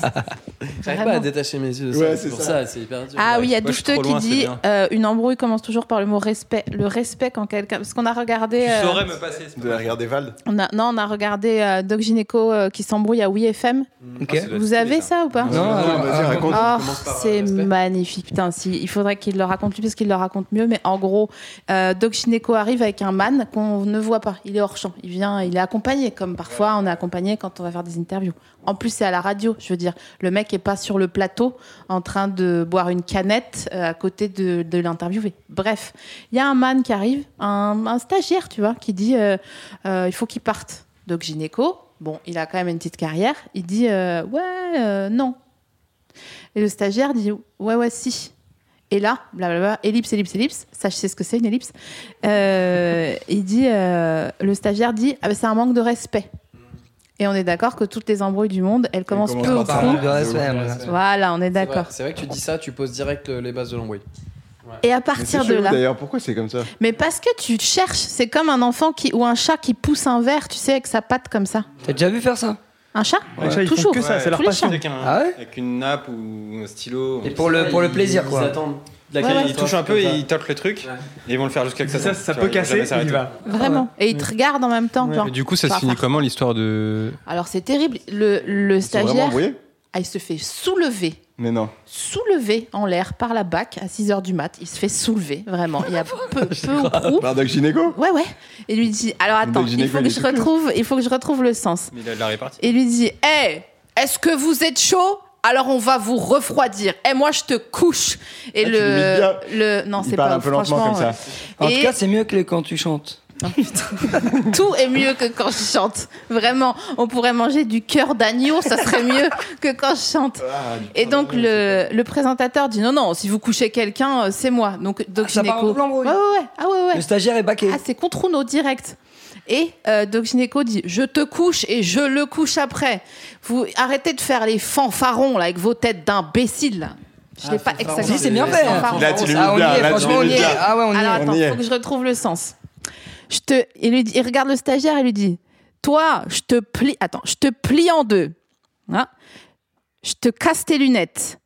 Speaker 7: pas
Speaker 2: Vraiment.
Speaker 7: à détacher mes yeux de ça.
Speaker 5: Ouais, c'est
Speaker 7: C'est pour
Speaker 5: ça.
Speaker 7: ça, c'est hyper dur.
Speaker 2: Ah oui, il y a
Speaker 6: Moi, je suis
Speaker 2: Doucheteux
Speaker 6: trop
Speaker 2: qui
Speaker 6: loin, c'est
Speaker 2: dit
Speaker 6: bien.
Speaker 2: euh, une embrouille commence toujours par le mot respect. Le respect quand quelqu'un. Parce qu'on a regardé. euh,
Speaker 6: me passer.
Speaker 5: De la regarder Vald
Speaker 2: on a, non, on a regardé euh, Doc Gynéco euh, qui s'embrouille à Oui FM.
Speaker 4: Ok.
Speaker 5: Ah,
Speaker 2: Vous avez ça ou pas
Speaker 4: Non, alors,
Speaker 5: vas-y,
Speaker 4: euh,
Speaker 5: raconte.
Speaker 2: Oh,
Speaker 7: commence par, euh,
Speaker 2: c'est
Speaker 7: respect.
Speaker 2: magnifique. Putain, si, il faudrait qu'il le raconte lui parce qu'il le raconte mieux. Mais en gros, euh, Doc Chineco arrive avec un man qu'on ne voit pas. Il est hors champ. Il vient, il est accompagné, comme parfois on est accompagné quand on va faire des interviews. En plus, c'est à la radio. Je veux dire, le mec est pas sur le plateau en train de boire une canette euh, à côté de, de l'interviewer. Bref, il y a un man qui arrive, un, un stagiaire, tu vois, qui dit euh, euh, il faut qu'il parte. Doc Gynéco, bon, il a quand même une petite carrière. Il dit euh, ouais, euh, non. Et le stagiaire dit ouais ouais si. Et là, blablabla, ellipse, ellipse, ellipse. Ça, je sais ce que c'est une ellipse. Euh, il dit, euh, le stagiaire dit, ah ben, c'est un manque de respect. Et on est d'accord que toutes les embrouilles du monde, elles commencent peu au
Speaker 5: commencent par
Speaker 4: Par
Speaker 2: trou.
Speaker 4: manque de respect, voilà.
Speaker 2: Voilà, on est
Speaker 7: C'est vrai-
Speaker 2: d'accord.
Speaker 7: C'est vrai que tu dis ça, tu poses direct euh, les bases de l'embrouille.
Speaker 2: Et
Speaker 5: Mais
Speaker 2: à
Speaker 5: c'est
Speaker 2: partir de
Speaker 5: chelou,
Speaker 2: là,
Speaker 5: D'ailleurs, pourquoi c'est comme ça
Speaker 2: mais parce que tu cherches, c'est comme un enfant qui ou un chat qui pousse un verre, tu sais, avec sa patte comme ça.
Speaker 4: T'as déjà vu faire ça
Speaker 2: Un chat,
Speaker 1: Les chats, ils font
Speaker 2: toujours.
Speaker 1: que ça, c'est leur
Speaker 2: Tous les
Speaker 1: passion.
Speaker 2: chats.
Speaker 6: Avec, un-
Speaker 4: Ah ouais
Speaker 6: avec une nappe ou un stylo.
Speaker 4: Et pour le, pour le plaisir,
Speaker 7: Ils
Speaker 4: quoi.
Speaker 7: attendent.
Speaker 6: Ils
Speaker 2: Ouais, ouais.
Speaker 6: touchent un
Speaker 8: Ah,
Speaker 6: peu, ils tapent le truc,
Speaker 7: Ouais.
Speaker 6: et ils vont le faire jusqu'à que ça.
Speaker 1: Ça, ça peut casser, il y va.
Speaker 2: Vraiment. Et ils te regardent en même temps. genre.
Speaker 6: Et du coup, ça se
Speaker 2: Par-
Speaker 6: finit
Speaker 2: par-
Speaker 6: comment l'histoire de.
Speaker 2: Alors c'est terrible. Le, le
Speaker 5: Ils sont vraiment
Speaker 2: stagiaire,
Speaker 5: embrouillés
Speaker 2: ah, il se fait soulever
Speaker 5: Mais non.
Speaker 2: soulevé en l'air par la BAC à 6 heures du mat. Il se fait soulever, vraiment. Il y a peu, peu au prou.
Speaker 5: Bardock Gynéco
Speaker 2: Ouais, ouais. Et lui dit Alors attends,
Speaker 5: Le
Speaker 2: il
Speaker 5: gynéco,
Speaker 2: faut, que
Speaker 5: il est
Speaker 2: je
Speaker 5: tout cul.
Speaker 2: retrouve, il faut que je retrouve le sens.
Speaker 6: Mais il a de la répartie.
Speaker 2: Et lui dit Hé, est-ce que vous êtes chaud alors on va vous refroidir. Et moi je te couche.
Speaker 5: Ah,
Speaker 2: Et
Speaker 5: tu
Speaker 2: le,
Speaker 5: l'imites
Speaker 2: le non
Speaker 5: Il
Speaker 2: c'est
Speaker 5: parle
Speaker 2: pas
Speaker 5: un peu lentement
Speaker 2: franchement, euh,
Speaker 5: comme ça.
Speaker 4: En
Speaker 2: Et-
Speaker 4: tout cas, c'est mieux que quand tu chantes.
Speaker 2: Tout est mieux que quand je chante. Vraiment, on pourrait manger du cœur d'agneau, ça serait mieux que quand je chante.
Speaker 5: Ah,
Speaker 2: Et donc le, le présentateur dit non non, si vous couchez quelqu'un, euh, c'est moi. Donc donc
Speaker 4: Ah, ça part en
Speaker 2: gynéco.
Speaker 4: double embrouille.
Speaker 2: Ouais ouais ouais. Ah ouais
Speaker 4: Le
Speaker 2: ouais.
Speaker 4: stagiaire est baqué.
Speaker 2: Ah c'est contre ou non direct. Et euh, Doc Gynéco dit Je te couche et je le couche après. Vous arrêtez de faire les fanfarons là, avec vos têtes d'imbéciles. là. Je
Speaker 7: Ah,
Speaker 2: l'ai pas
Speaker 7: fanfarons,
Speaker 2: exactement.
Speaker 4: Si, c'est bien
Speaker 2: Les
Speaker 4: fait.
Speaker 2: fanfarons.
Speaker 5: Là, tu l'imites
Speaker 4: Ah, on y
Speaker 5: bien,
Speaker 4: est,
Speaker 5: là, tu
Speaker 4: franchement, on y
Speaker 5: l'imites
Speaker 4: est.
Speaker 5: bien.
Speaker 4: Ah ouais, on y
Speaker 2: Alors
Speaker 4: est.
Speaker 5: on
Speaker 2: attends,
Speaker 5: y est.
Speaker 2: faut que je retrouve le sens. Je te, il, lui dit- il regarde le stagiaire et lui dit Toi, je te plie, attends, je te plie en deux. Hein je te casse tes lunettes.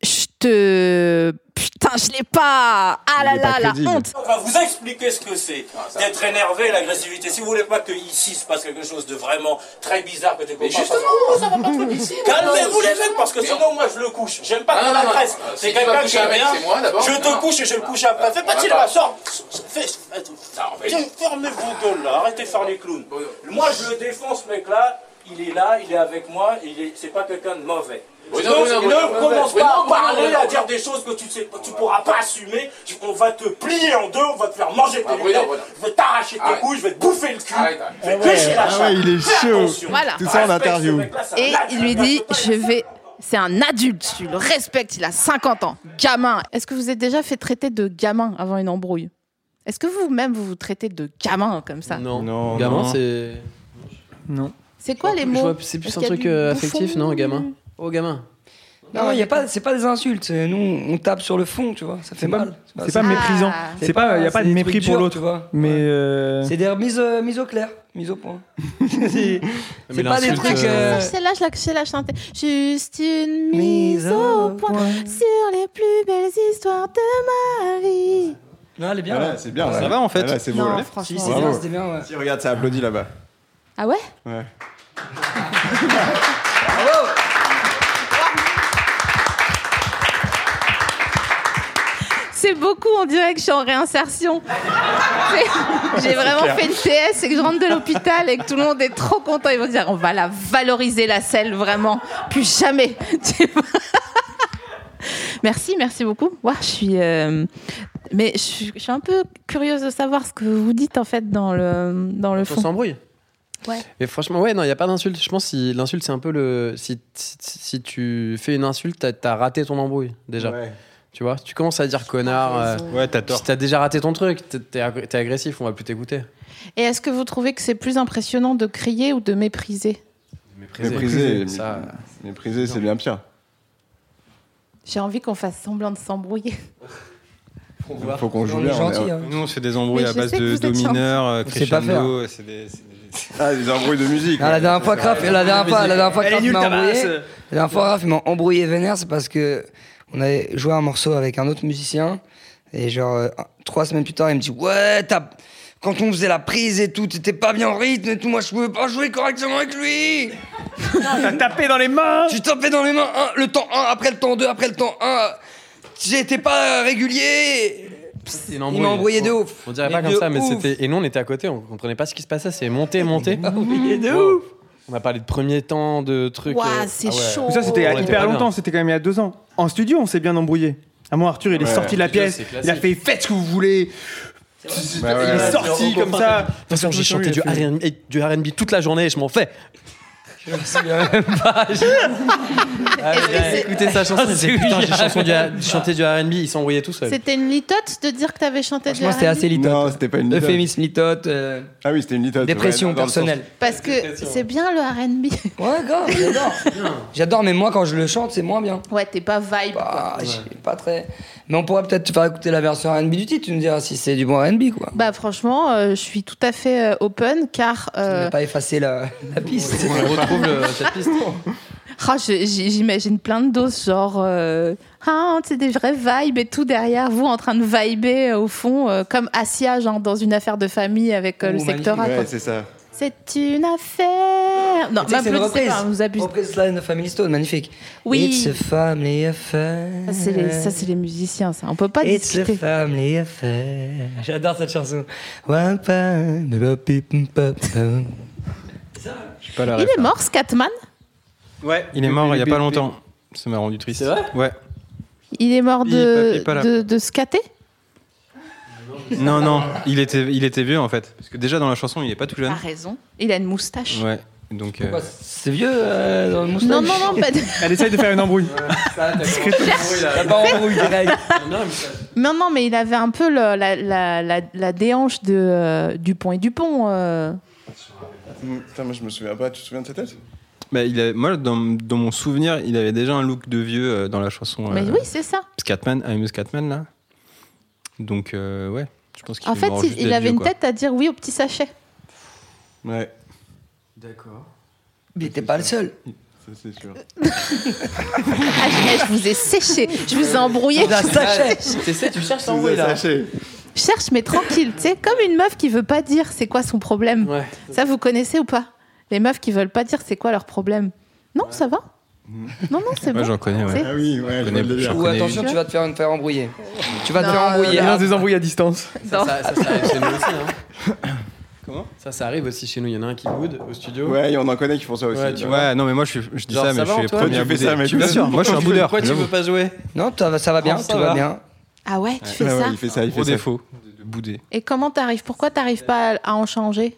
Speaker 2: Je te. Putain, je l'ai pas. Ah
Speaker 5: Il
Speaker 2: là
Speaker 5: est pas
Speaker 2: là, la
Speaker 5: crédible.
Speaker 2: honte.
Speaker 8: On va vous expliquer ce que c'est d'être énervé, l'agressivité. Si vous voulez pas que ici se passe quelque chose de vraiment très bizarre que tes copains. Mais justement, ça va pas trop ici. Calmez-vous les mecs parce que sinon moi je le couche. J'aime pas qu'on la presse.
Speaker 9: Ah,
Speaker 8: C'est quelqu'un que j'aime bien. Je te couche et je le couche après. Fais pas de cinéma, sors. Fais- Tiens, Fermez vos gueules là, arrêtez de faire les clowns. Moi je le défends ce mec là. Il est là, il est avec moi, il est- c'est pas quelqu'un de mauvais.
Speaker 9: non, oui,
Speaker 8: Donc,
Speaker 9: non, oui,
Speaker 8: ne
Speaker 9: non,
Speaker 8: commence
Speaker 9: oui,
Speaker 8: pas
Speaker 9: non,
Speaker 8: à
Speaker 9: oui, non,
Speaker 8: parler,
Speaker 9: oui, non,
Speaker 8: à
Speaker 9: oui.
Speaker 8: dire des choses que tu sais, tu pourras pas assumer. Tu- On va te plier en deux, on va te faire manger tes
Speaker 9: Ah, oui,
Speaker 8: lunettes,
Speaker 9: non, oui, non.
Speaker 8: je vais t'arracher tes
Speaker 9: Arrête.
Speaker 8: couilles, je vais te bouffer le cul,
Speaker 9: Arrête, arrête.
Speaker 8: je vais te lécher la
Speaker 5: Ah
Speaker 8: chatte.
Speaker 5: ouais, il est
Speaker 8: Fais
Speaker 5: chaud.
Speaker 8: attention.
Speaker 2: Voilà.
Speaker 5: Tout ça en
Speaker 8: Respecte ce
Speaker 5: interview.
Speaker 8: mec-là, c'est un
Speaker 2: Et
Speaker 8: naze,
Speaker 2: il lui
Speaker 8: c'est un
Speaker 2: dit
Speaker 8: naze.
Speaker 2: Je vais. C'est un adulte, tu le respectes, il a 50 ans. Gamin. Est-ce que vous êtes déjà fait traiter de gamin avant une embrouille Est-ce que vous-même vous vous traitez de gamin comme ça
Speaker 7: Non.
Speaker 5: Non,
Speaker 7: Gamin,
Speaker 5: non.
Speaker 7: c'est.
Speaker 2: C'est quoi les
Speaker 7: Je
Speaker 2: mots
Speaker 7: vois- C'est plus
Speaker 2: Est-ce
Speaker 7: un
Speaker 2: qu'il y a
Speaker 7: truc
Speaker 2: du
Speaker 7: euh,
Speaker 2: bouffon
Speaker 7: affectif, non, gamin Oh, gamin.
Speaker 4: Non, y a pas, c'est pas des insultes. c'est- Nous, on tape sur le fond, tu vois. Ça fait
Speaker 1: C'est pas-
Speaker 4: mal.
Speaker 1: C'est pas méprisant.
Speaker 2: Ah.
Speaker 1: C'est pas, il y a pas
Speaker 4: c'est
Speaker 1: de
Speaker 4: des
Speaker 1: mépris
Speaker 4: trucs
Speaker 1: pour
Speaker 4: durs,
Speaker 1: l'autre.
Speaker 4: tu vois.
Speaker 1: Mais
Speaker 4: Ouais.
Speaker 1: euh,
Speaker 4: C'est des mises, euh, mises au clair, mises au point. c'est
Speaker 7: Mais
Speaker 4: c'est pas des
Speaker 7: l'insulte,
Speaker 4: trucs.
Speaker 7: euh,
Speaker 4: euh,
Speaker 2: Celle-là, je la, je la chantais. Juste une mise au point sur les plus belles histoires de ma vie.
Speaker 4: Non, elle est bien.
Speaker 5: Voilà,
Speaker 4: là.
Speaker 5: c'est bien.
Speaker 6: Ça
Speaker 5: ouais.
Speaker 6: va, en fait.
Speaker 5: Voilà, c'est beau.
Speaker 2: Non,
Speaker 5: là.
Speaker 4: Si, c'est
Speaker 2: franchement.
Speaker 5: Bravo.
Speaker 4: bien, c'était bien, ouais.
Speaker 5: Si, regarde, ça applaudit là-bas.
Speaker 2: Ah ouais
Speaker 5: Ouais.
Speaker 2: C'est beaucoup, on dirait que je suis en réinsertion. C'est- j'ai vraiment fait une TS et que je rentre de l'hôpital et que tout le monde est trop content. Ils vont dire on va la valoriser la selle vraiment, plus jamais. Tu vois merci, merci beaucoup. Ouah, je suis, euh, mais je suis, je suis un peu curieuse de savoir ce que vous dites en fait dans le dans le
Speaker 7: On
Speaker 2: fond.
Speaker 7: s'embrouille.
Speaker 2: Ouais.
Speaker 7: Mais franchement, ouais, non, il n'y a pas d'insulte. Je pense que si l'insulte, c'est un peu le. Si, si, si tu fais une insulte, t'as- t'as raté ton embrouille, déjà. Tu vois, tu commences à dire
Speaker 2: Ah,
Speaker 7: connard. euh,
Speaker 6: Ouais, t'as tort.
Speaker 7: si t'as déjà raté ton truc, t'es- t'es ag- t'es agressif, on va plus t'écouter.
Speaker 2: Et est-ce que vous trouvez que c'est plus impressionnant de crier ou de mépriser
Speaker 5: Mépriser,
Speaker 7: ça.
Speaker 5: mépriser, c'est bien pire.
Speaker 2: J'ai envie qu'on fasse semblant de s'embrouiller.
Speaker 5: Faut qu'on joue
Speaker 4: On est
Speaker 5: bien. on est-
Speaker 4: gentil. hein.
Speaker 6: Nous, on se fait des embrouilles
Speaker 2: Mais
Speaker 6: à
Speaker 2: je
Speaker 6: base
Speaker 2: sais que
Speaker 6: de
Speaker 2: vous êtes
Speaker 6: domineurs, euh,
Speaker 4: On sait pas
Speaker 6: crescendo. c'est des- c'est des-
Speaker 5: Ah, des embrouilles de musique.
Speaker 4: Ah, la dernière fois, Kraft, la dernière fois, la dernière fois, Kraft m'a embrouillé.
Speaker 7: tabasse.
Speaker 4: La dernière fois, Raph il m'a embrouillé vénère, c'est parce que on avait joué un morceau avec un autre musicien. Et genre, euh, trois semaines plus tard, il me dit Ouais, t'as- quand on faisait la prise et tout, t'étais pas bien en rythme et tout, moi je pouvais pas jouer correctement avec lui.
Speaker 1: T'as tapé dans les mains
Speaker 4: Tu tapais dans les mains un, le temps 1, après le temps 2, après le temps 1. J'étais pas régulier.
Speaker 7: Il
Speaker 4: Il m'a embrouillé de ouf.
Speaker 7: Oh. On dirait
Speaker 4: Mais
Speaker 7: pas comme
Speaker 4: de
Speaker 7: ça, mais
Speaker 4: ouf.
Speaker 7: c'était. Et nous, on était à côté, on comprenait pas ce qui se passait. C'est monté, monté.
Speaker 4: Embrouillé de
Speaker 7: Wow.
Speaker 4: ouf.
Speaker 7: On a parlé de premier temps, de trucs.
Speaker 2: Waouh,
Speaker 7: euh,
Speaker 2: c'est
Speaker 7: ah ouais.
Speaker 2: chaud.
Speaker 1: Mais ça, c'était il y
Speaker 7: On
Speaker 1: a
Speaker 7: était
Speaker 1: hyper
Speaker 7: pas bien.
Speaker 1: longtemps, c'était quand même il y a deux ans. En studio, on s'est bien embrouillé. À moi, Arthur, il est
Speaker 5: Ouais.
Speaker 1: sorti de la
Speaker 7: Studio,
Speaker 1: pièce,
Speaker 7: c'est
Speaker 1: il a
Speaker 7: classique.
Speaker 1: fait faites ce que vous voulez.
Speaker 5: Bah ouais.
Speaker 1: Il est sorti comme ça.
Speaker 7: De toute façon, j'ai chanté du R&B, du R&B toute la journée et je m'en fais. Je me souviens même pas. Ah,
Speaker 2: Est-ce que c'est-
Speaker 7: Écoutez sa chanson. j'ai putain, j'ai chanson du- j'ai chanté du R&B, il s'embrouillait tout seul.
Speaker 2: C'était une litote de dire que t'avais chanté du
Speaker 4: Franchement, c'était
Speaker 2: R&B?
Speaker 4: assez litote.
Speaker 5: Non, c'était pas une litote.
Speaker 4: Euphémisme litote, euh,
Speaker 5: Ah oui, c'était une litote.
Speaker 4: dépression
Speaker 5: ouais, dans le sens-
Speaker 4: personnelle.
Speaker 2: Parce que c'est bien le R&B.
Speaker 4: Ouais, grave, j'adore. J'adore, mais moi quand je le chante, c'est moins bien.
Speaker 2: Ouais, t'es pas vibe. quoi.
Speaker 4: Bah, j'ai pas très. Mais on pourrait peut-être te faire écouter la version RB du titre, tu nous diras si c'est du bon RB, quoi.
Speaker 2: Bah franchement, euh, je suis tout à fait euh, open car
Speaker 4: On
Speaker 2: euh,
Speaker 4: n'a pas effacé la, la piste.
Speaker 7: On retrouve le- cette piste.
Speaker 2: ah, je- j- j'imagine plein de doses genre euh, ah c'est des vraies vibes et tout derrière vous en train de viber euh, au fond euh, comme Asia genre dans une affaire de famille avec euh,
Speaker 4: Oh,
Speaker 2: le
Speaker 4: magnifique.
Speaker 2: secteur A. quoi.
Speaker 5: Ouais, c'est ça.
Speaker 2: C'est une affaire. Non,
Speaker 4: Tu sais que c'est une
Speaker 2: m'applaudissez
Speaker 4: reprise.
Speaker 2: pas, vous abusez.
Speaker 4: Reprise Line of Family Stone, magnifique. It's
Speaker 2: Oui.
Speaker 4: a family affair.
Speaker 2: Ça c'est les, ça, c'est les musiciens ça. On peut pas
Speaker 4: It's a
Speaker 2: discuter.
Speaker 4: family affair. J'adore cette chanson. One time, ba, ba, ba, ba.
Speaker 2: Il est mort Scatman
Speaker 6: Ouais, il est mort il y a pas longtemps. Ça m'a rendu triste.
Speaker 7: C'est vrai
Speaker 6: Ouais.
Speaker 2: Il est mort
Speaker 6: Il est pas- il est
Speaker 2: de
Speaker 6: pas là.
Speaker 2: de, de scatter
Speaker 6: Non, non, il était, il était vieux en fait. Parce que déjà dans la chanson, il est pas tout jeune.
Speaker 2: T'as raison. Il a une moustache.
Speaker 6: Ouais. Donc. euh,
Speaker 4: Bah, C'est vieux euh, dans le moustache.
Speaker 2: Non non non pas de-
Speaker 1: Elle essaye de faire une embrouille.
Speaker 4: T'as pas embrouillé direct.
Speaker 2: Non, non, mais il avait un peu le- la, la, la, la déhanche de euh, Dupont et Dupont. euh.
Speaker 5: Mm. Putain, moi je me souviens pas. Tu te souviens de cette tête
Speaker 6: bah, il a- moi, dans, dans mon souvenir, il avait déjà un look de vieux euh, dans la chanson.
Speaker 2: Mais
Speaker 6: euh,
Speaker 2: oui, c'est ça.
Speaker 6: Scatman, I'm a Scatman là. Donc euh, ouais, je pense qu'il
Speaker 2: En
Speaker 6: est
Speaker 2: fait,
Speaker 6: mort
Speaker 2: il,
Speaker 6: juste
Speaker 2: il
Speaker 6: d'être
Speaker 2: avait
Speaker 6: vieux,
Speaker 2: une
Speaker 6: quoi.
Speaker 2: tête à dire oui au petit sachet.
Speaker 5: Ouais,
Speaker 7: D'accord.
Speaker 4: Mais t'es pas le seul.
Speaker 5: ça c'est sûr.
Speaker 2: Ah, je, je vous ai séché, je vous ai embrouillé.
Speaker 4: D'un sachet.
Speaker 7: Tu sais, tu cherches à
Speaker 5: Vous
Speaker 7: envoyer
Speaker 5: avez
Speaker 7: là.
Speaker 5: Sachez.
Speaker 2: Je cherche, mais tranquille, tu sais, comme une meuf qui veut pas dire c'est quoi son problème.
Speaker 7: Ouais.
Speaker 2: Ça, vous connaissez ou pas Les meufs qui veulent pas dire c'est quoi leur problème. Non, ça va Non, non, c'est
Speaker 6: Ouais,
Speaker 2: bon.
Speaker 6: j'en connais.
Speaker 2: C'est-
Speaker 6: Ouais.
Speaker 5: Ah oui, ouais, je vois
Speaker 6: connais
Speaker 5: le délire.
Speaker 6: J'en
Speaker 4: Ou
Speaker 6: connais
Speaker 4: attention,
Speaker 2: une.
Speaker 4: tu vas te faire une faire embrouiller. Tu vas te
Speaker 2: Non,
Speaker 4: faire
Speaker 1: Il y
Speaker 4: embrouiller.
Speaker 1: a des embrouilles à distance.
Speaker 2: Non.
Speaker 7: Ah Ça, ça, ça, arrive chez nous aussi. Hein.
Speaker 6: Comment
Speaker 7: Ça, ça arrive aussi chez nous. Il y en a un qui boude au studio.
Speaker 5: Ouais, et on en connaît qui font ça aussi.
Speaker 7: Ouais, tu
Speaker 5: Ouais.
Speaker 6: Ouais, non mais moi je, suis- je dis
Speaker 7: Genre,
Speaker 6: ça,
Speaker 7: ça va,
Speaker 6: mais je suis
Speaker 7: Antoine
Speaker 6: premier
Speaker 5: Tu
Speaker 6: à
Speaker 5: fais
Speaker 6: bouder.
Speaker 5: ça, mais
Speaker 6: Tu- bien
Speaker 5: tu-
Speaker 6: sûr, moi je suis un boudeur.
Speaker 7: Pourquoi tu
Speaker 6: j'avoue.
Speaker 7: veux pas jouer
Speaker 4: Non, toi, ça va bien,
Speaker 7: Ah, ça
Speaker 4: tout va
Speaker 7: va.
Speaker 4: bien.
Speaker 2: Ah ouais, tu fais
Speaker 5: Ouais, ouais,
Speaker 2: ça
Speaker 5: il fait ça, il fait
Speaker 6: Gros
Speaker 5: ça.
Speaker 6: défaut de, de bouder.
Speaker 2: Et comment t'arrives Pourquoi t'arrives pas à à en changer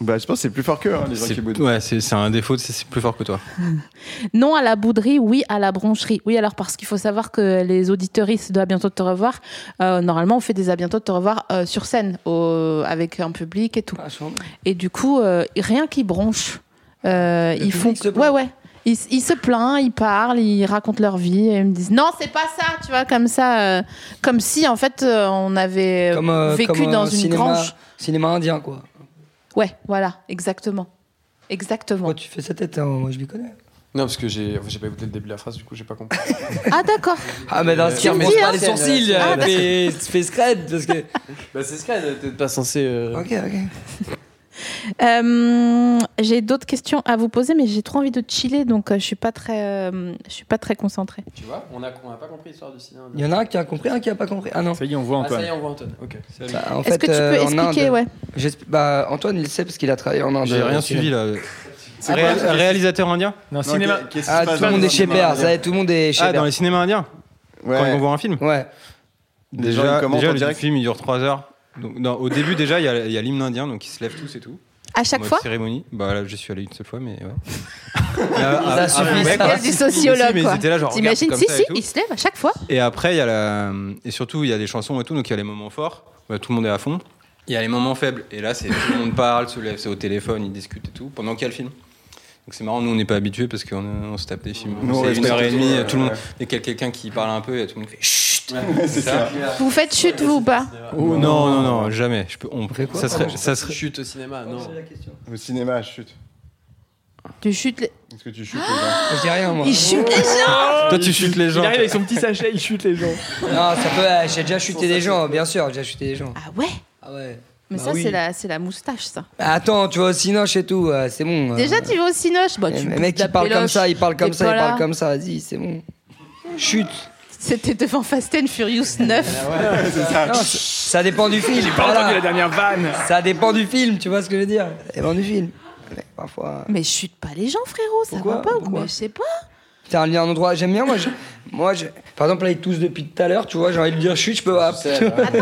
Speaker 5: Bah, je pense que c'est plus fort qu'eux, hein, les gens
Speaker 6: C'est-
Speaker 5: qui boudent.
Speaker 6: Ouais, c'est c'est un défaut, c'est c'est plus fort que toi.
Speaker 2: Non à la bouderie, oui à la broncherie. Oui, alors parce qu'il faut savoir que les auditeuristes de À bientôt de te revoir, euh, normalement, on fait des À bientôt de te revoir euh, sur scène, au- avec un public et tout.
Speaker 4: Ah, je comprends.
Speaker 2: Et du coup, euh, rien qui bronche. Euh, ils font.
Speaker 4: public se
Speaker 2: ouais,
Speaker 4: plaint.
Speaker 2: ouais. Ils, ils se plaignent, ils parlent, ils racontent leur vie et ils me disent non, c'est pas ça, tu vois, comme ça, euh, comme si en fait euh, on avait euh,
Speaker 4: Comme, euh,
Speaker 2: vécu
Speaker 4: comme, euh,
Speaker 2: dans une
Speaker 4: cinéma,
Speaker 2: grange.
Speaker 4: Cinéma indien, quoi.
Speaker 2: Ouais, voilà, exactement, exactement.
Speaker 4: Pourquoi tu fais sa tête hein Moi, je m'y connais.
Speaker 7: Non, parce que j'ai j'ai pas écouté le début de la phrase, du coup, j'ai pas compris.
Speaker 2: Ah d'accord.
Speaker 4: Ah, mais dans ce
Speaker 2: Tu
Speaker 4: cas,
Speaker 2: me
Speaker 4: on
Speaker 2: dis,
Speaker 4: se
Speaker 2: hein.
Speaker 4: parle les sourcils.
Speaker 2: Ah,
Speaker 4: euh,
Speaker 2: d'accord.
Speaker 4: Fais fais scred, parce que.
Speaker 7: bah, c'est ce cas, t'es pas censé.
Speaker 4: Ok, ok.
Speaker 2: Euh, j'ai d'autres questions à vous poser, mais j'ai trop envie de chiller, donc euh, je suis pas très, euh, je suis pas très concentrée.
Speaker 7: Tu vois, on a, on a pas compris l'histoire du cinéma.
Speaker 4: Il y en a un qui a compris, un qui a pas compris. Ah non.
Speaker 1: Ça y est, on voit
Speaker 7: Ah, ça y
Speaker 1: Antoine.
Speaker 7: est, on voit Antoine. Ok.
Speaker 4: Bah, en
Speaker 2: Est-ce
Speaker 4: fait,
Speaker 2: que tu peux
Speaker 4: euh, en
Speaker 2: expliquer,
Speaker 4: Inde,
Speaker 2: ouais
Speaker 4: J'esp- Bah, Antoine, il le sait parce qu'il a travaillé en Inde.
Speaker 6: J'ai rien
Speaker 4: euh,
Speaker 6: suivi là.
Speaker 5: C'est
Speaker 6: Ré-
Speaker 5: quoi-
Speaker 6: réalisateur indien
Speaker 1: Non,
Speaker 5: Non,
Speaker 1: cinéma.
Speaker 5: qu'est- qu'est-ce qui
Speaker 4: Ah,
Speaker 5: se passe
Speaker 4: tout le monde
Speaker 5: dans
Speaker 4: est chez
Speaker 5: cinéma
Speaker 4: Père.
Speaker 5: indien
Speaker 4: Ça y est, tout le monde est chez
Speaker 6: Ah,
Speaker 4: Père.
Speaker 6: dans les cinémas indiens Quand
Speaker 5: Ouais.
Speaker 6: ils vont voir un film
Speaker 4: Ouais.
Speaker 5: Les gens, ils
Speaker 6: Déjà,
Speaker 5: commentent
Speaker 6: déjà,
Speaker 5: en
Speaker 6: le
Speaker 5: direct.
Speaker 6: film il dure 3 heures. Donc, non, au début, déjà, il y a, il y a l'hymne indien, donc ils se lèvent tous et tout.
Speaker 2: À
Speaker 6: En
Speaker 2: chaque
Speaker 6: mode
Speaker 2: fois
Speaker 6: cérémonie. Bah là, je suis allé une seule fois, mais ouais. ça
Speaker 4: suffit, ça.
Speaker 2: Quel du sociologue,
Speaker 6: mais ils
Speaker 2: quoi.
Speaker 6: étaient là, genre, regarde,
Speaker 2: T'imagines
Speaker 6: comme
Speaker 2: Si,
Speaker 6: ça
Speaker 2: si,
Speaker 6: et tout.
Speaker 2: il se lève à chaque fois.
Speaker 6: Et après, il y a la. Et surtout, il y a des chansons et tout, donc il y a les moments forts, où tout le monde est à fond. Il y a les moments faibles, et là, c'est tout le monde parle, se lève, c'est au téléphone, ils discutent et tout, pendant qu'il y a le film. Donc c'est marrant, nous on n'est pas habitués parce qu'on euh, on se tape des films.
Speaker 5: Nous, on
Speaker 6: c'est une
Speaker 5: respecte
Speaker 6: heure et
Speaker 5: tout,
Speaker 6: demie,
Speaker 5: ouais,
Speaker 6: tout le monde.
Speaker 5: ouais.
Speaker 6: Dès qu'il y a quelqu'un qui parle un peu, et tout le monde fait chut
Speaker 5: C'est ça.
Speaker 2: Vous faites chute, vous ou pas
Speaker 6: Non, non, non, jamais. Je peux, on,
Speaker 4: fait quoi,
Speaker 6: ça serait,
Speaker 4: pardon
Speaker 6: ça serait,
Speaker 7: Chute au
Speaker 2: Oh,
Speaker 7: cinéma, non.
Speaker 5: Au cinéma, je chute.
Speaker 2: Tu chutes les... Oh.
Speaker 5: Est-ce que tu chutes les gens
Speaker 4: Je dis rien, moi.
Speaker 2: Il chute les gens
Speaker 6: Toi, tu chutes les gens.
Speaker 1: Il arrive avec son petit sachet, il chute les gens.
Speaker 4: Non, ça peut. euh, J'ai déjà chuté des gens, bien sûr, j'ai déjà chuté des gens.
Speaker 2: Ah ouais
Speaker 4: Ah ouais.
Speaker 2: Mais
Speaker 4: Bah
Speaker 2: ça,
Speaker 4: oui.
Speaker 2: c'est la, c'est la moustache, ça.
Speaker 4: Bah Attends, tu vas au Cinoche et tout, euh, c'est bon. euh.
Speaker 2: Déjà, tu vas au Cinoche bah,
Speaker 4: Eh,
Speaker 2: tu
Speaker 4: mais
Speaker 2: bouffes
Speaker 4: mec,
Speaker 2: de la
Speaker 4: il parle comme
Speaker 2: péloche.
Speaker 4: ça, il parle comme
Speaker 2: T'es
Speaker 4: ça,
Speaker 2: pas
Speaker 4: il
Speaker 2: là.
Speaker 4: parle comme ça, vas-y, c'est bon. Chute.
Speaker 2: C'était devant Fast and Furious 9.
Speaker 4: Non, c- ça dépend du film.
Speaker 1: J'ai pas
Speaker 4: voilà.
Speaker 1: entendu la dernière vanne.
Speaker 4: Ça dépend du film, tu vois ce que je veux dire Ça dépend du film. Mais parfois.
Speaker 2: Mais chute pas les gens, frérot, ça
Speaker 4: Pourquoi
Speaker 2: va pas ou
Speaker 4: Pourquoi
Speaker 2: quoi Je sais pas.
Speaker 4: Putain, un endroit, j'aime bien, moi. je- Moi, je... par exemple, là, ils toussent depuis tout à l'heure, tu vois, j'ai envie de dire chute, je peux pas.
Speaker 2: Attends,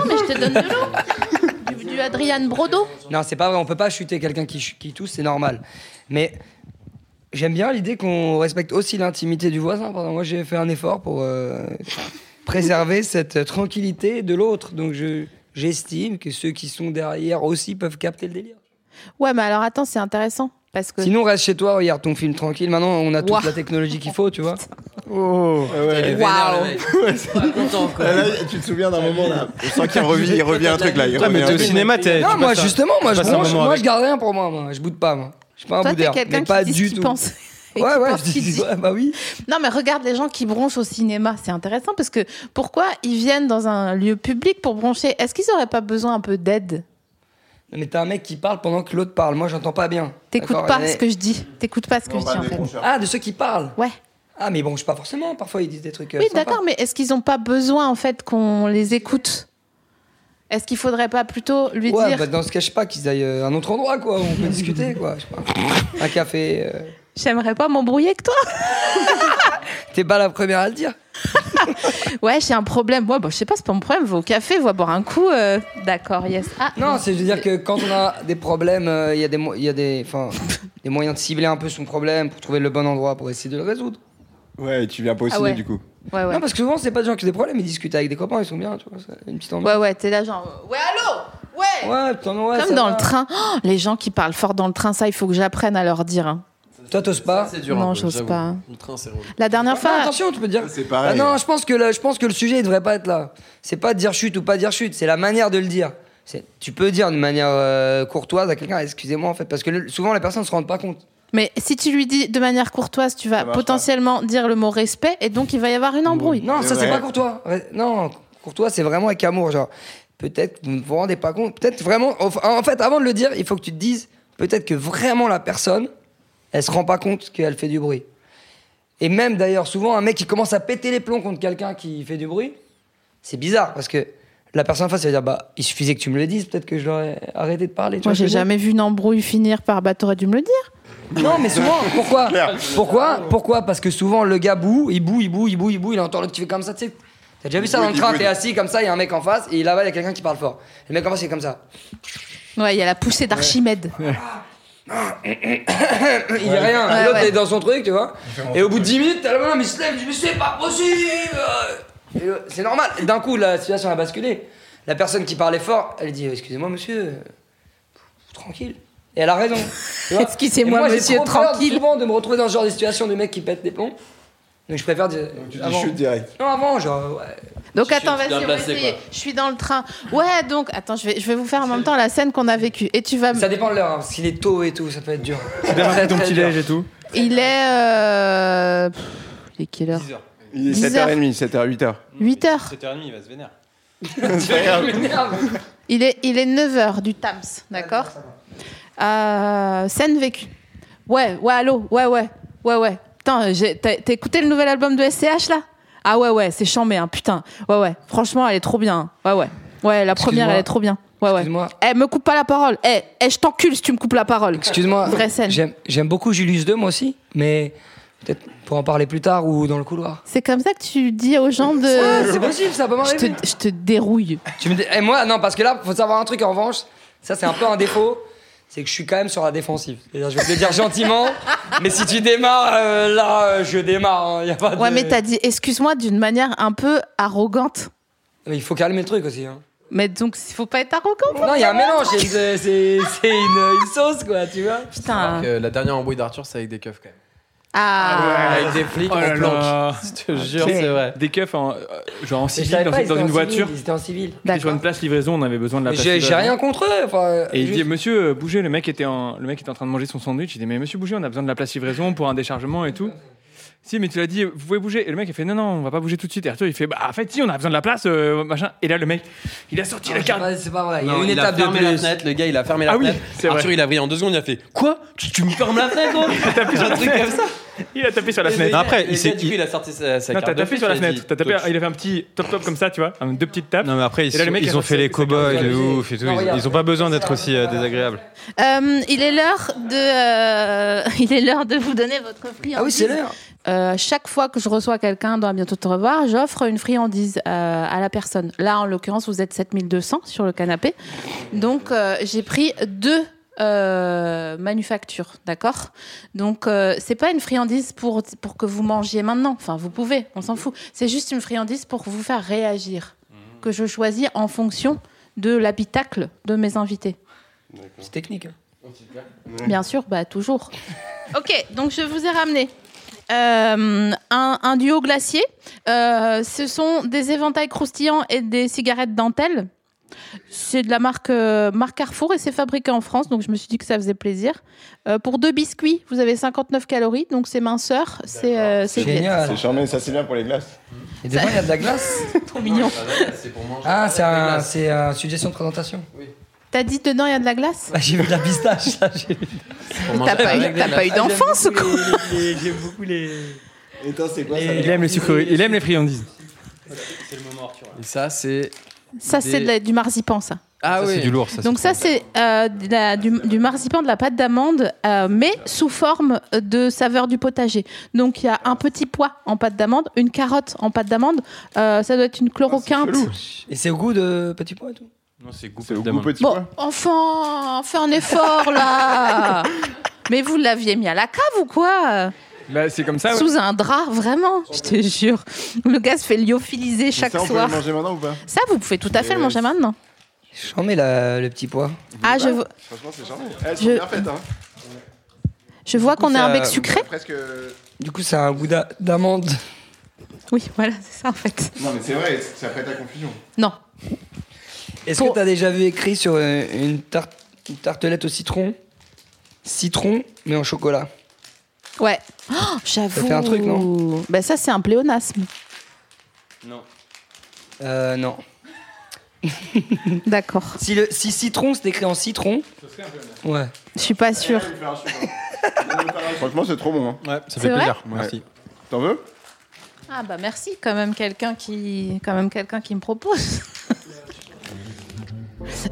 Speaker 2: mais je te donne de l'eau. Du, du Adrian Brodo.
Speaker 4: Non, c'est pas vrai, on peut pas chuter quelqu'un qui, ch- qui tousse, c'est normal. Mais j'aime bien l'idée qu'on respecte aussi l'intimité du voisin. Par exemple, moi, j'ai fait un effort pour euh, préserver cette tranquillité de l'autre. Donc, je- j'estime que ceux qui sont derrière aussi peuvent capter le délire.
Speaker 2: Ouais, mais alors attends, c'est intéressant. Parce que.
Speaker 4: Sinon, reste chez toi, regarde ton film tranquille. Maintenant, on a toute
Speaker 2: Ouah.
Speaker 4: la technologie qu'il faut, tu vois.
Speaker 2: Waouh
Speaker 5: Là, tu te souviens d'un moment là Ah, Je sens qu'il revit, il revient un truc là. il
Speaker 6: Ouais,
Speaker 5: revient
Speaker 6: mais
Speaker 5: un
Speaker 6: t'es au
Speaker 5: truc.
Speaker 6: cinéma, t'es.
Speaker 4: Non,
Speaker 6: tu
Speaker 4: moi,
Speaker 6: passes un-
Speaker 4: justement, moi, je,
Speaker 6: passes un
Speaker 4: mange-
Speaker 6: moment
Speaker 4: moi,
Speaker 6: avec.
Speaker 4: je garde rien pour moi, moi. Je boude pas, moi. Je suis pas un
Speaker 2: Toi, t'es
Speaker 4: boudeur.
Speaker 2: quelqu'un
Speaker 4: mais
Speaker 2: qui
Speaker 4: pas
Speaker 2: dit ce
Speaker 4: du
Speaker 2: qu'il
Speaker 4: tout.
Speaker 2: pense. Et
Speaker 4: Ouais,
Speaker 2: qui
Speaker 4: ouais,
Speaker 2: pense
Speaker 4: je
Speaker 2: qu'il
Speaker 4: dis-
Speaker 2: dit.
Speaker 4: ouais, bah oui.
Speaker 2: Non, mais regarde les gens qui bronchent au cinéma, c'est intéressant parce que pourquoi ils viennent dans un lieu public pour broncher Est-ce qu'ils auraient pas besoin un peu d'aide
Speaker 4: Non, Mais t'as un mec qui parle pendant que l'autre parle. Moi, j'entends pas bien.
Speaker 2: T'écoutes
Speaker 4: D'accord,
Speaker 2: pas
Speaker 4: mais-
Speaker 2: ce que je dis. T'écoutes pas ce que
Speaker 5: Non,
Speaker 2: je
Speaker 5: pas
Speaker 2: dis en
Speaker 5: des
Speaker 2: fait.
Speaker 5: broncheurs.
Speaker 4: Ah, de ceux qui parlent
Speaker 2: Ouais.
Speaker 4: Ah, mais bon, je pas forcément. Parfois, ils disent des trucs. euh,
Speaker 2: Oui,
Speaker 4: sympas.
Speaker 2: d'accord, mais est-ce qu'ils ont pas besoin en fait qu'on les écoute Est-ce qu'il faudrait pas plutôt lui
Speaker 4: Ouais,
Speaker 2: dire
Speaker 4: bah, dans ce cas, je sais pas qu'ils aillent euh, à un autre endroit, quoi. où On peut discuter, quoi. Je sais pas. Un café. euh.
Speaker 2: J'aimerais pas m'embrouiller avec toi
Speaker 4: T'es pas la première à le dire.
Speaker 2: Ouais, j'ai un problème. Moi, bah, je sais pas, c'est pas mon problème. Va au café, va boire un coup. euh, D'accord, yes. Ah,
Speaker 4: Non, c'est je veux dire que quand on a des problèmes, euh, il y a des, mo- il y a des, enfin, des moyens de cibler un peu son problème pour trouver le bon endroit pour essayer de le résoudre.
Speaker 5: Ouais, et tu viens pas au
Speaker 2: Ah
Speaker 5: ciné
Speaker 2: ouais.
Speaker 5: du coup.
Speaker 2: Ouais, ouais.
Speaker 4: Non, parce que souvent, c'est pas des gens qui ont des problèmes, ils discutent avec des copains, ils sont bien, tu vois. ça, Une petite ambiance.
Speaker 2: Ouais, ouais, t'es là, genre. Ouais, allô Ouais,
Speaker 4: Ouais, putain, mais ouais.
Speaker 2: Comme
Speaker 4: ça
Speaker 2: dans
Speaker 4: va.
Speaker 2: le train. Oh, les gens qui parlent fort dans le train, ça, il faut que j'apprenne à leur dire. hein.
Speaker 4: Toi, t'oses pas.
Speaker 7: C'est dur. un
Speaker 2: Non,
Speaker 7: peu,
Speaker 2: j'ose
Speaker 7: j'avoue.
Speaker 2: pas.
Speaker 7: Le train, c'est long.
Speaker 2: La dernière
Speaker 4: Non,
Speaker 2: fois.
Speaker 4: attention, tu peux dire.
Speaker 5: C'est
Speaker 4: Ah
Speaker 5: pareil.
Speaker 4: non, je pense que le, je pense que le sujet il devrait pas être là. C'est pas de dire chute ou pas dire chute, c'est la manière de le dire. C'est- Tu peux dire de manière euh, courtoise à quelqu'un, excusez-moi en fait, parce que le- souvent les personnes se rendent pas compte.
Speaker 2: Mais si tu lui dis de manière courtoise, tu vas
Speaker 5: marche
Speaker 2: potentiellement dire le mot respect et donc il va y avoir une embrouille.
Speaker 4: Non,
Speaker 5: C'est
Speaker 4: ça c'est
Speaker 5: vrai.
Speaker 4: pas courtois. Re- Non, courtois c'est vraiment avec amour, genre peut-être que vous ne vous rendez pas compte, peut-être vraiment. En en fait, avant de le dire, il faut que tu te dises peut-être que vraiment la personne, elle se rend pas compte qu'elle fait du bruit. Et même d'ailleurs, souvent un mec qui commence à péter les plombs contre quelqu'un qui fait du bruit, c'est bizarre parce que la personne en face elle va dire bah il suffisait que tu me le dises, peut-être que j'aurais arrêté de parler. tu
Speaker 2: Moi,
Speaker 4: vois ce que
Speaker 2: j'ai
Speaker 4: je veux dire
Speaker 2: jamais vu une embrouille finir par bah, t'aurais dû me le dire.
Speaker 4: non, mais souvent, pourquoi Pourquoi Pourquoi Parce que souvent, le gars boue, il boue, il boue, il boue, il boue, il entend l'autre qui fait comme ça, tu sais. T'as déjà vu ça dans le train, t'es assis comme ça, il y a un mec en face, et là-bas, il y a quelqu'un qui parle fort. Le mec en face, il est comme ça.
Speaker 2: Ouais, il y a la poussée d'Archimède.
Speaker 4: Il dit rien,
Speaker 2: Ouais,
Speaker 4: l'autre
Speaker 2: ouais.
Speaker 4: est dans son truc, tu vois. Et au bout de 10 minutes, t'as la main, mais il se lève, il dit, mais c'est pas possible Et le- C'est normal. Et D'un coup, la situation a basculé. La personne qui parlait fort, elle dit, excusez-moi, monsieur, euh, tranquille. Et elle a raison. tu vois.
Speaker 2: Excusez-moi,
Speaker 4: Et moi, j'ai
Speaker 2: monsieur,
Speaker 4: trop peur,
Speaker 2: tranquille.
Speaker 4: souvent de me retrouver dans ce genre de situation de mec qui pète des plombs. Donc je préfère dire.
Speaker 5: Tu dis
Speaker 4: avant.
Speaker 5: chute direct.
Speaker 4: Non, avant, genre, ouais.
Speaker 2: Donc
Speaker 7: Je
Speaker 2: attends,
Speaker 7: suis
Speaker 2: vas-y,
Speaker 7: bien
Speaker 2: on va
Speaker 7: placé,
Speaker 2: essayer.
Speaker 7: quoi.
Speaker 2: Je suis dans le train. Ouais, donc attends, je vais, je vais vous faire en même temps la scène qu'on a vécue. Et tu vas. me-
Speaker 4: Ça dépend de l'heure, hein, parce qu'il est tôt et tout, ça peut être dur.
Speaker 1: Tu dois
Speaker 4: Très,
Speaker 1: marquer ton
Speaker 4: très
Speaker 1: petit
Speaker 4: dur.
Speaker 1: déj et tout.
Speaker 2: Il est. Euh... pff, Il est quelle heure
Speaker 5: Il est
Speaker 2: 10
Speaker 5: 7h30, 7h, 8h.
Speaker 2: 8 heures.
Speaker 6: 7h30, il va se vénère.
Speaker 2: Il est, il est 9h du Tams, d'accord Euh, Scène vécue. Ouais, ouais, allô, ouais, ouais, ouais, ouais. Putain, j'ai- t'as t'as écouté le nouvel album de SCH là Ah ouais, ouais, c'est chambé, hein, putain. Ouais, ouais, franchement, elle est trop bien. hein. Ouais, ouais. Ouais, la première, elle est trop bien. Ouais, ouais.
Speaker 4: Excuse-moi.
Speaker 2: Eh, me coupe pas la parole. Eh, eh, je t'encule si tu me coupes la parole.
Speaker 4: Excuse-moi.
Speaker 2: Vraie scène.
Speaker 4: J'aime- J'aime beaucoup Julius 2, moi aussi, mais peut-être pour en parler plus tard ou dans le couloir.
Speaker 2: C'est comme ça que tu dis aux gens
Speaker 4: Ah,
Speaker 2: de.
Speaker 4: c'est possible, ça peut
Speaker 2: Euh, Je
Speaker 4: m'arriver.
Speaker 2: te, je te dérouille.
Speaker 4: Tu me dis- eh, moi, non, parce que là, faut savoir un truc en revanche. Ça, c'est un peu un défaut. C'est que je suis quand même sur la défensive. C'est-à-dire, je vais te le dire gentiment, mais si tu démarres, euh, là, euh, je démarre. hein, y a pas de-
Speaker 2: Ouais, mais t'as dit excuse-moi d'une manière un peu arrogante.
Speaker 4: Mais Il faut calmer le truc aussi. hein.
Speaker 2: Mais donc, il faut pas être arrogant.
Speaker 4: Non, il y a un mélange. il y a une- C'est c'est- c'est une, une sauce, quoi, tu vois. Ah,
Speaker 1: Ah.
Speaker 2: Putain.
Speaker 7: Euh, la dernière embrouille d'Arthur, c'est avec des keufs quand même.
Speaker 2: Ah.
Speaker 7: Avec des
Speaker 1: Oh
Speaker 7: flics en planque. Je te jure,
Speaker 1: Ok.
Speaker 7: c'est vrai.
Speaker 1: Ah, Des keufs en, euh, genre en
Speaker 4: Mais je
Speaker 1: civil,
Speaker 4: savais
Speaker 1: dans,
Speaker 4: pas, ils
Speaker 1: dans
Speaker 4: étaient
Speaker 1: une
Speaker 4: en civil,
Speaker 1: voiture.
Speaker 4: Ils étaient en civil.
Speaker 1: Ils étaient sur une
Speaker 2: D'accord.
Speaker 1: place livraison, on avait besoin de la
Speaker 4: Mais
Speaker 1: place.
Speaker 4: J'ai j'ai
Speaker 1: livraison.
Speaker 4: rien contre eux. enfin,
Speaker 1: Et il
Speaker 4: juste-
Speaker 1: dit Monsieur, euh, bougez. Le mec était en, le mec était en train de manger son sandwich. Il dit mais Monsieur, bougez. On a besoin de la place livraison pour un déchargement et tout. Si, mais tu l'as dit, vous pouvez bouger. Et le mec, il fait non, non, on va pas bouger tout de suite. Et Arthur, il fait bah, en fait, si, on a besoin de la place, euh, machin. Et là, le mec, il a sorti la
Speaker 4: C'est
Speaker 1: carte.
Speaker 4: pas- C'est pas vrai. Il y a
Speaker 7: Non,
Speaker 4: une
Speaker 7: il a
Speaker 4: étape de
Speaker 7: fermé la
Speaker 4: plus.
Speaker 7: fenêtre, le gars il a fermé la
Speaker 1: Ah oui,
Speaker 7: fenêtre.
Speaker 1: c'est
Speaker 7: Arthur
Speaker 1: vrai.
Speaker 7: il a brillé en deux secondes, il a fait Quoi tu, tu me fermes la fenêtre hein Un truc comme ça.
Speaker 1: Il a tapé sur la fenêtre.
Speaker 6: Non, après, il
Speaker 7: il
Speaker 6: s'est-
Speaker 7: s'est il a sorti sa, sa
Speaker 1: Non,
Speaker 7: Ah, carte.
Speaker 1: t'as
Speaker 7: de
Speaker 1: tapé
Speaker 7: flic,
Speaker 1: sur la
Speaker 7: il a
Speaker 1: fenêtre.
Speaker 7: dit,
Speaker 1: T'as tapé,
Speaker 7: Toi, tu-
Speaker 1: il a fait un petit top top comme ça, tu vois, un- deux petites tapes.
Speaker 6: Non, mais après, ils,
Speaker 1: Et là, le
Speaker 6: sont-
Speaker 1: mec,
Speaker 6: ils
Speaker 1: il
Speaker 6: ont
Speaker 1: ressort-
Speaker 6: fait les
Speaker 1: c'est- c'est
Speaker 6: cow-boys de
Speaker 4: comme ça.
Speaker 6: ouf et tout.
Speaker 4: Non,
Speaker 6: Ils,
Speaker 4: regarde.
Speaker 6: ils ont pas besoin d'être aussi euh, désagréables.
Speaker 2: Euh, il est l'heure de. euh, il est l'heure de vous donner votre friandise.
Speaker 4: Ah oui, c'est l'heure.
Speaker 2: Euh, chaque fois que je reçois quelqu'un dans Bientôt te revoir, j'offre une friandise euh, à la personne. Là, en l'occurrence, vous êtes 7200 sur le canapé. Donc, euh, j'ai pris deux euh, manufactures, d'accord Donc, euh, c'est pas une friandise pour, pour que vous mangiez maintenant. Enfin, vous pouvez, on s'en fout. C'est juste une friandise pour vous faire réagir, que je choisis en fonction de l'habitacle de mes invités.
Speaker 4: C'est technique. hein.
Speaker 2: Bien sûr, bah toujours. ok, donc je vous ai ramené euh, un, un duo glacier. Euh, ce sont des éventails croustillants et des cigarettes dentelles. C'est de la marque, euh, marque Carrefour et c'est fabriqué en France, donc je me suis dit que ça faisait plaisir. Euh, pour deux biscuits, vous avez 59 calories, donc c'est minceur, c'est euh, c'est
Speaker 4: Génial.
Speaker 5: C'est charmant, ça c'est bien pour les glaces.
Speaker 4: Et devant, il y a de la glace.
Speaker 2: trop mignon.
Speaker 7: C'est pour manger.
Speaker 4: Ah, c'est un, c'est un suggestion de présentation.
Speaker 2: T'as dit dedans il y a de la glace
Speaker 4: Là, j'ai vu de la pistache. Là, j'ai vu.
Speaker 7: Pour manger
Speaker 2: T'as pas, eu-
Speaker 7: avec
Speaker 2: t'as
Speaker 7: des
Speaker 2: pas eu
Speaker 7: glaces.
Speaker 2: d'enfance ou quoi
Speaker 4: Ah, J'aime beaucoup les.
Speaker 5: Et toi, c'est quoi
Speaker 1: Il aime les sucreries, il aime les friandises.
Speaker 7: Et ça, c'est.
Speaker 2: Ça c'est de la- du marzipan ça.
Speaker 7: Ah
Speaker 6: Ça,
Speaker 7: oui.
Speaker 6: C'est du lourd, ça.
Speaker 2: Donc ça, c'est euh, de la- du, du marzipan, de la pâte d'amande, euh, mais sous forme de saveur du potager. Donc il y a un petit pois en pâte d'amande, une carotte en pâte d'amande, euh, ça doit être
Speaker 5: Ah,
Speaker 2: une chloroquinte.
Speaker 4: Et c'est au goût de petit pois et tout.
Speaker 6: Non, c'est
Speaker 5: C'est au goût petit
Speaker 2: bon,
Speaker 5: pois.
Speaker 2: enfin, fais un effort là Mais vous l'aviez mis à la cave ou
Speaker 5: Ah
Speaker 2: quoi
Speaker 1: Là, Bah, c'est comme ça. ouais.
Speaker 2: Sous un drap, vraiment, je te jure. Le gars se fait lyophilisé chaque
Speaker 5: ça, on
Speaker 2: soir.
Speaker 5: peut le manger maintenant ou pas
Speaker 2: Ça, vous pouvez tout à fait le
Speaker 5: Euh,
Speaker 2: manger maintenant.
Speaker 4: J'en mets la- le petit pois.
Speaker 2: Ah, je, vo-
Speaker 5: Franchement, c'est charmant. Elles sont
Speaker 2: Je-
Speaker 5: bien faites, hein.
Speaker 2: je vois qu'on a un
Speaker 4: ça-
Speaker 2: bec sucré.
Speaker 5: Presque.
Speaker 4: Du coup, ça a un goût d'a- d'amande.
Speaker 2: Oui, voilà, c'est ça en fait.
Speaker 5: Non, mais c'est vrai, ça prête à confusion.
Speaker 2: Non,
Speaker 4: Est-ce
Speaker 2: Pour-
Speaker 4: que t'as déjà vu écrit sur euh, une, tarte, une tartelette au citron Citron, mais en chocolat.
Speaker 2: Ouais. Oh, J'avoue.
Speaker 4: fait un truc, non
Speaker 2: Bah ça, c'est un pléonasme.
Speaker 4: Euh, non.
Speaker 2: D'accord.
Speaker 4: Si, le, si citron, c'est écrit en citron. Ouais.
Speaker 2: Je suis pas sûre.
Speaker 5: Franchement, c'est trop bon. hein.
Speaker 6: Ouais, ça
Speaker 2: C'est
Speaker 6: fait
Speaker 2: vrai
Speaker 6: plaisir. Merci.
Speaker 5: T'en veux
Speaker 2: Ah bah merci, quand même quelqu'un qui, quand même quelqu'un qui me propose.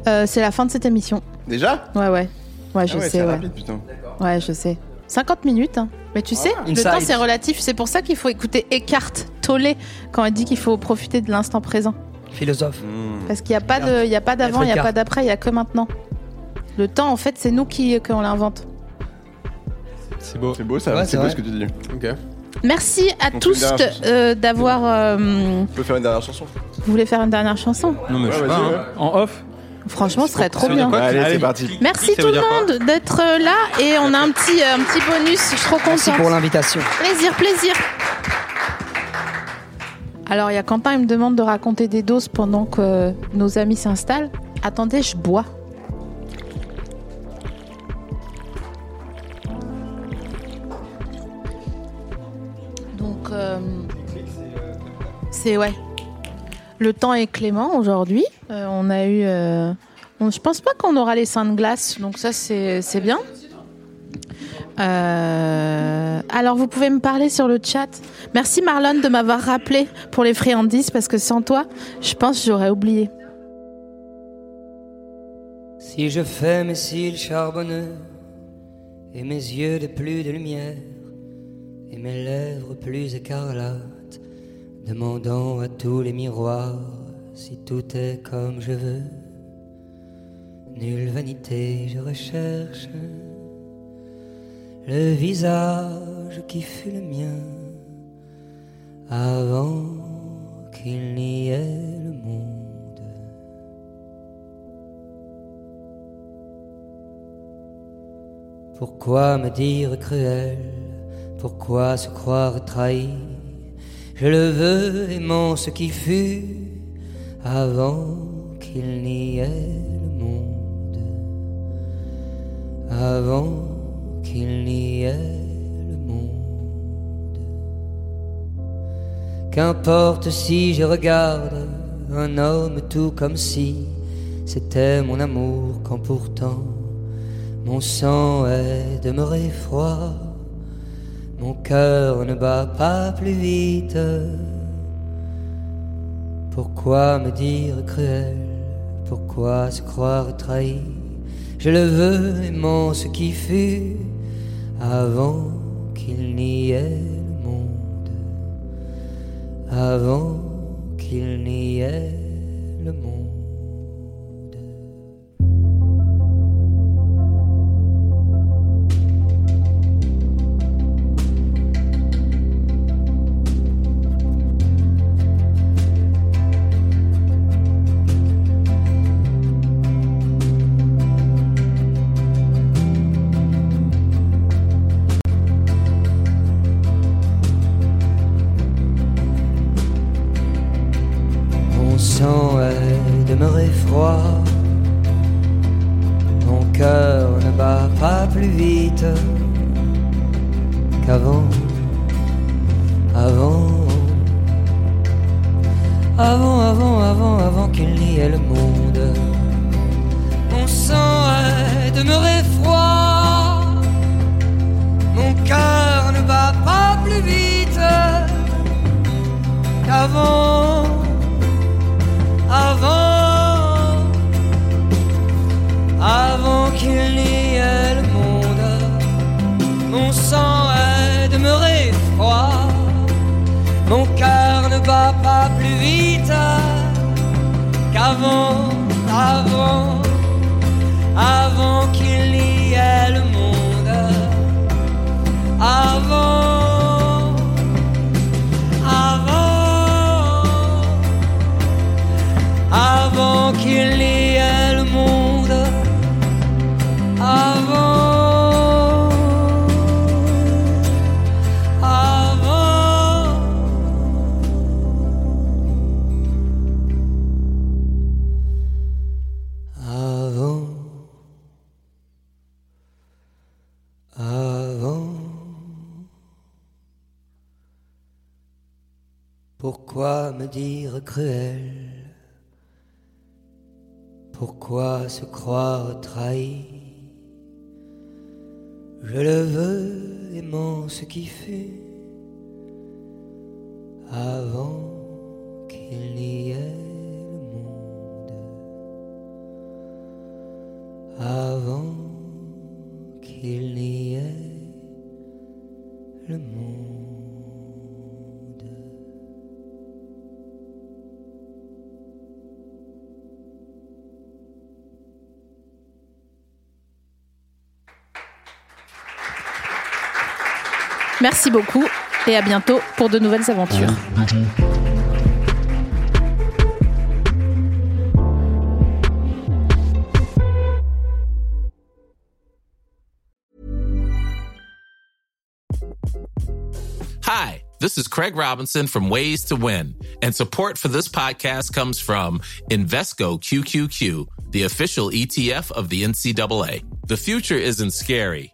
Speaker 2: Euh, c'est la fin de cette émission.
Speaker 5: Déjà
Speaker 2: Ouais, ouais. Ouais,
Speaker 5: Ah
Speaker 2: je
Speaker 5: ouais,
Speaker 2: sais,
Speaker 5: c'est
Speaker 2: ouais.
Speaker 5: rapide, putain.
Speaker 2: Ouais, je sais. 50 minutes, hein. Mais tu sais, le
Speaker 4: Ah, Inside.
Speaker 2: temps c'est relatif. C'est pour ça qu'il faut écouter Eckhart Tolle quand il dit qu'il faut profiter de l'instant présent.
Speaker 4: Philosophe.
Speaker 2: Parce qu'il n'y a pas de, il y a pas d'avant, il n'y a
Speaker 4: Hmm. Eckhart.
Speaker 2: pas d'après, il n'y a que maintenant. Le temps, en fait, c'est nous qui, qu'on l'invente.
Speaker 6: C'est beau.
Speaker 5: C'est beau ça,
Speaker 4: Ouais, c'est
Speaker 5: c'est beau
Speaker 4: vrai.
Speaker 5: ce que tu dis.
Speaker 2: Merci à
Speaker 5: fait
Speaker 2: tous
Speaker 5: une dernière chanson.
Speaker 2: euh, d'avoir. euh,
Speaker 5: Tu peux faire une dernière chanson
Speaker 2: vous voulez faire une dernière chanson
Speaker 6: Non, mais je sais
Speaker 5: Ouais,
Speaker 6: pas.
Speaker 5: Ah, vas-y,
Speaker 6: hein.
Speaker 5: ouais.
Speaker 1: En off.
Speaker 2: Franchement, ce serait trop bien.
Speaker 6: quoi
Speaker 5: Allez,
Speaker 6: Allez.
Speaker 5: c'est parti.
Speaker 2: Merci
Speaker 6: Ça
Speaker 2: tout
Speaker 6: veut
Speaker 2: le
Speaker 6: dire quoi
Speaker 2: monde d'être euh, là et on a un petit, euh, un petit bonus. Je suis trop
Speaker 4: Merci pour
Speaker 2: contente.
Speaker 4: l'invitation.
Speaker 2: Plaisir, plaisir. Alors, il y a Quentin, il me demande de raconter des doses pendant que euh, nos amis s'installent. Attendez, je bois. Donc, euh, c'est ouais. Le temps est clément aujourd'hui. Euh, on a eu. euh, on- je pense pas qu'on aura les seins de glace, donc ça, c'est c'est bien. Euh, alors, vous pouvez me parler sur le chat. Merci Marlon de m'avoir rappelé pour les friandises parce que sans toi, je pense que j'aurais oublié.
Speaker 10: Si je fais mes cils charbonneux et mes yeux de plus de lumière et mes lèvres plus écarlates, demandant à tous les miroirs si tout est comme je veux. Nulle vanité, je recherche le visage qui fut le mien avant qu'il n'y ait le monde. Pourquoi me dire cruel Pourquoi se croire trahi Je le veux aimant ce qui fut avant qu'il n'y ait le monde. Avant qu'il n'y ait le monde. Qu'importe si je regarde un homme tout comme si c'était mon amour quand pourtant mon sang est demeuré froid. Mon cœur ne bat pas plus vite. Pourquoi me dire cruel Pourquoi se croire trahi Je le veux aimant ce qui fut avant qu'il n'y ait le monde. Avant qu'il n'y ait le monde. Mon sang est demeuré froid. Mon cœur ne bat pas plus vite qu'avant. Avant. Avant, avant, avant, avant qu'il n'y ait le monde. Mon sang est demeuré froid. Mon cœur ne bat pas plus vite qu'avant avant, avant qu'il n'y ait le monde. Mon sang est demeuré froid, mon cœur ne bat pas plus vite qu'avant, avant, avant qu'il n'y ait le monde. Avant, avant avant qu'il n'y ait le monde. Avant, avant. Avant, avant. Pourquoi me dire cruel pourquoi se croire trahi Je le veux aimant ce qui fut avant qu'il n'y ait le monde. Avant qu'il n'y ait le monde.
Speaker 2: Merci beaucoup et à bientôt pour de nouvelles aventures.
Speaker 9: Hi, this is Craig Robinson from Ways to Win, and support for this podcast comes from Invesco QQQ, the official ETF of the NCAA. The future isn't scary,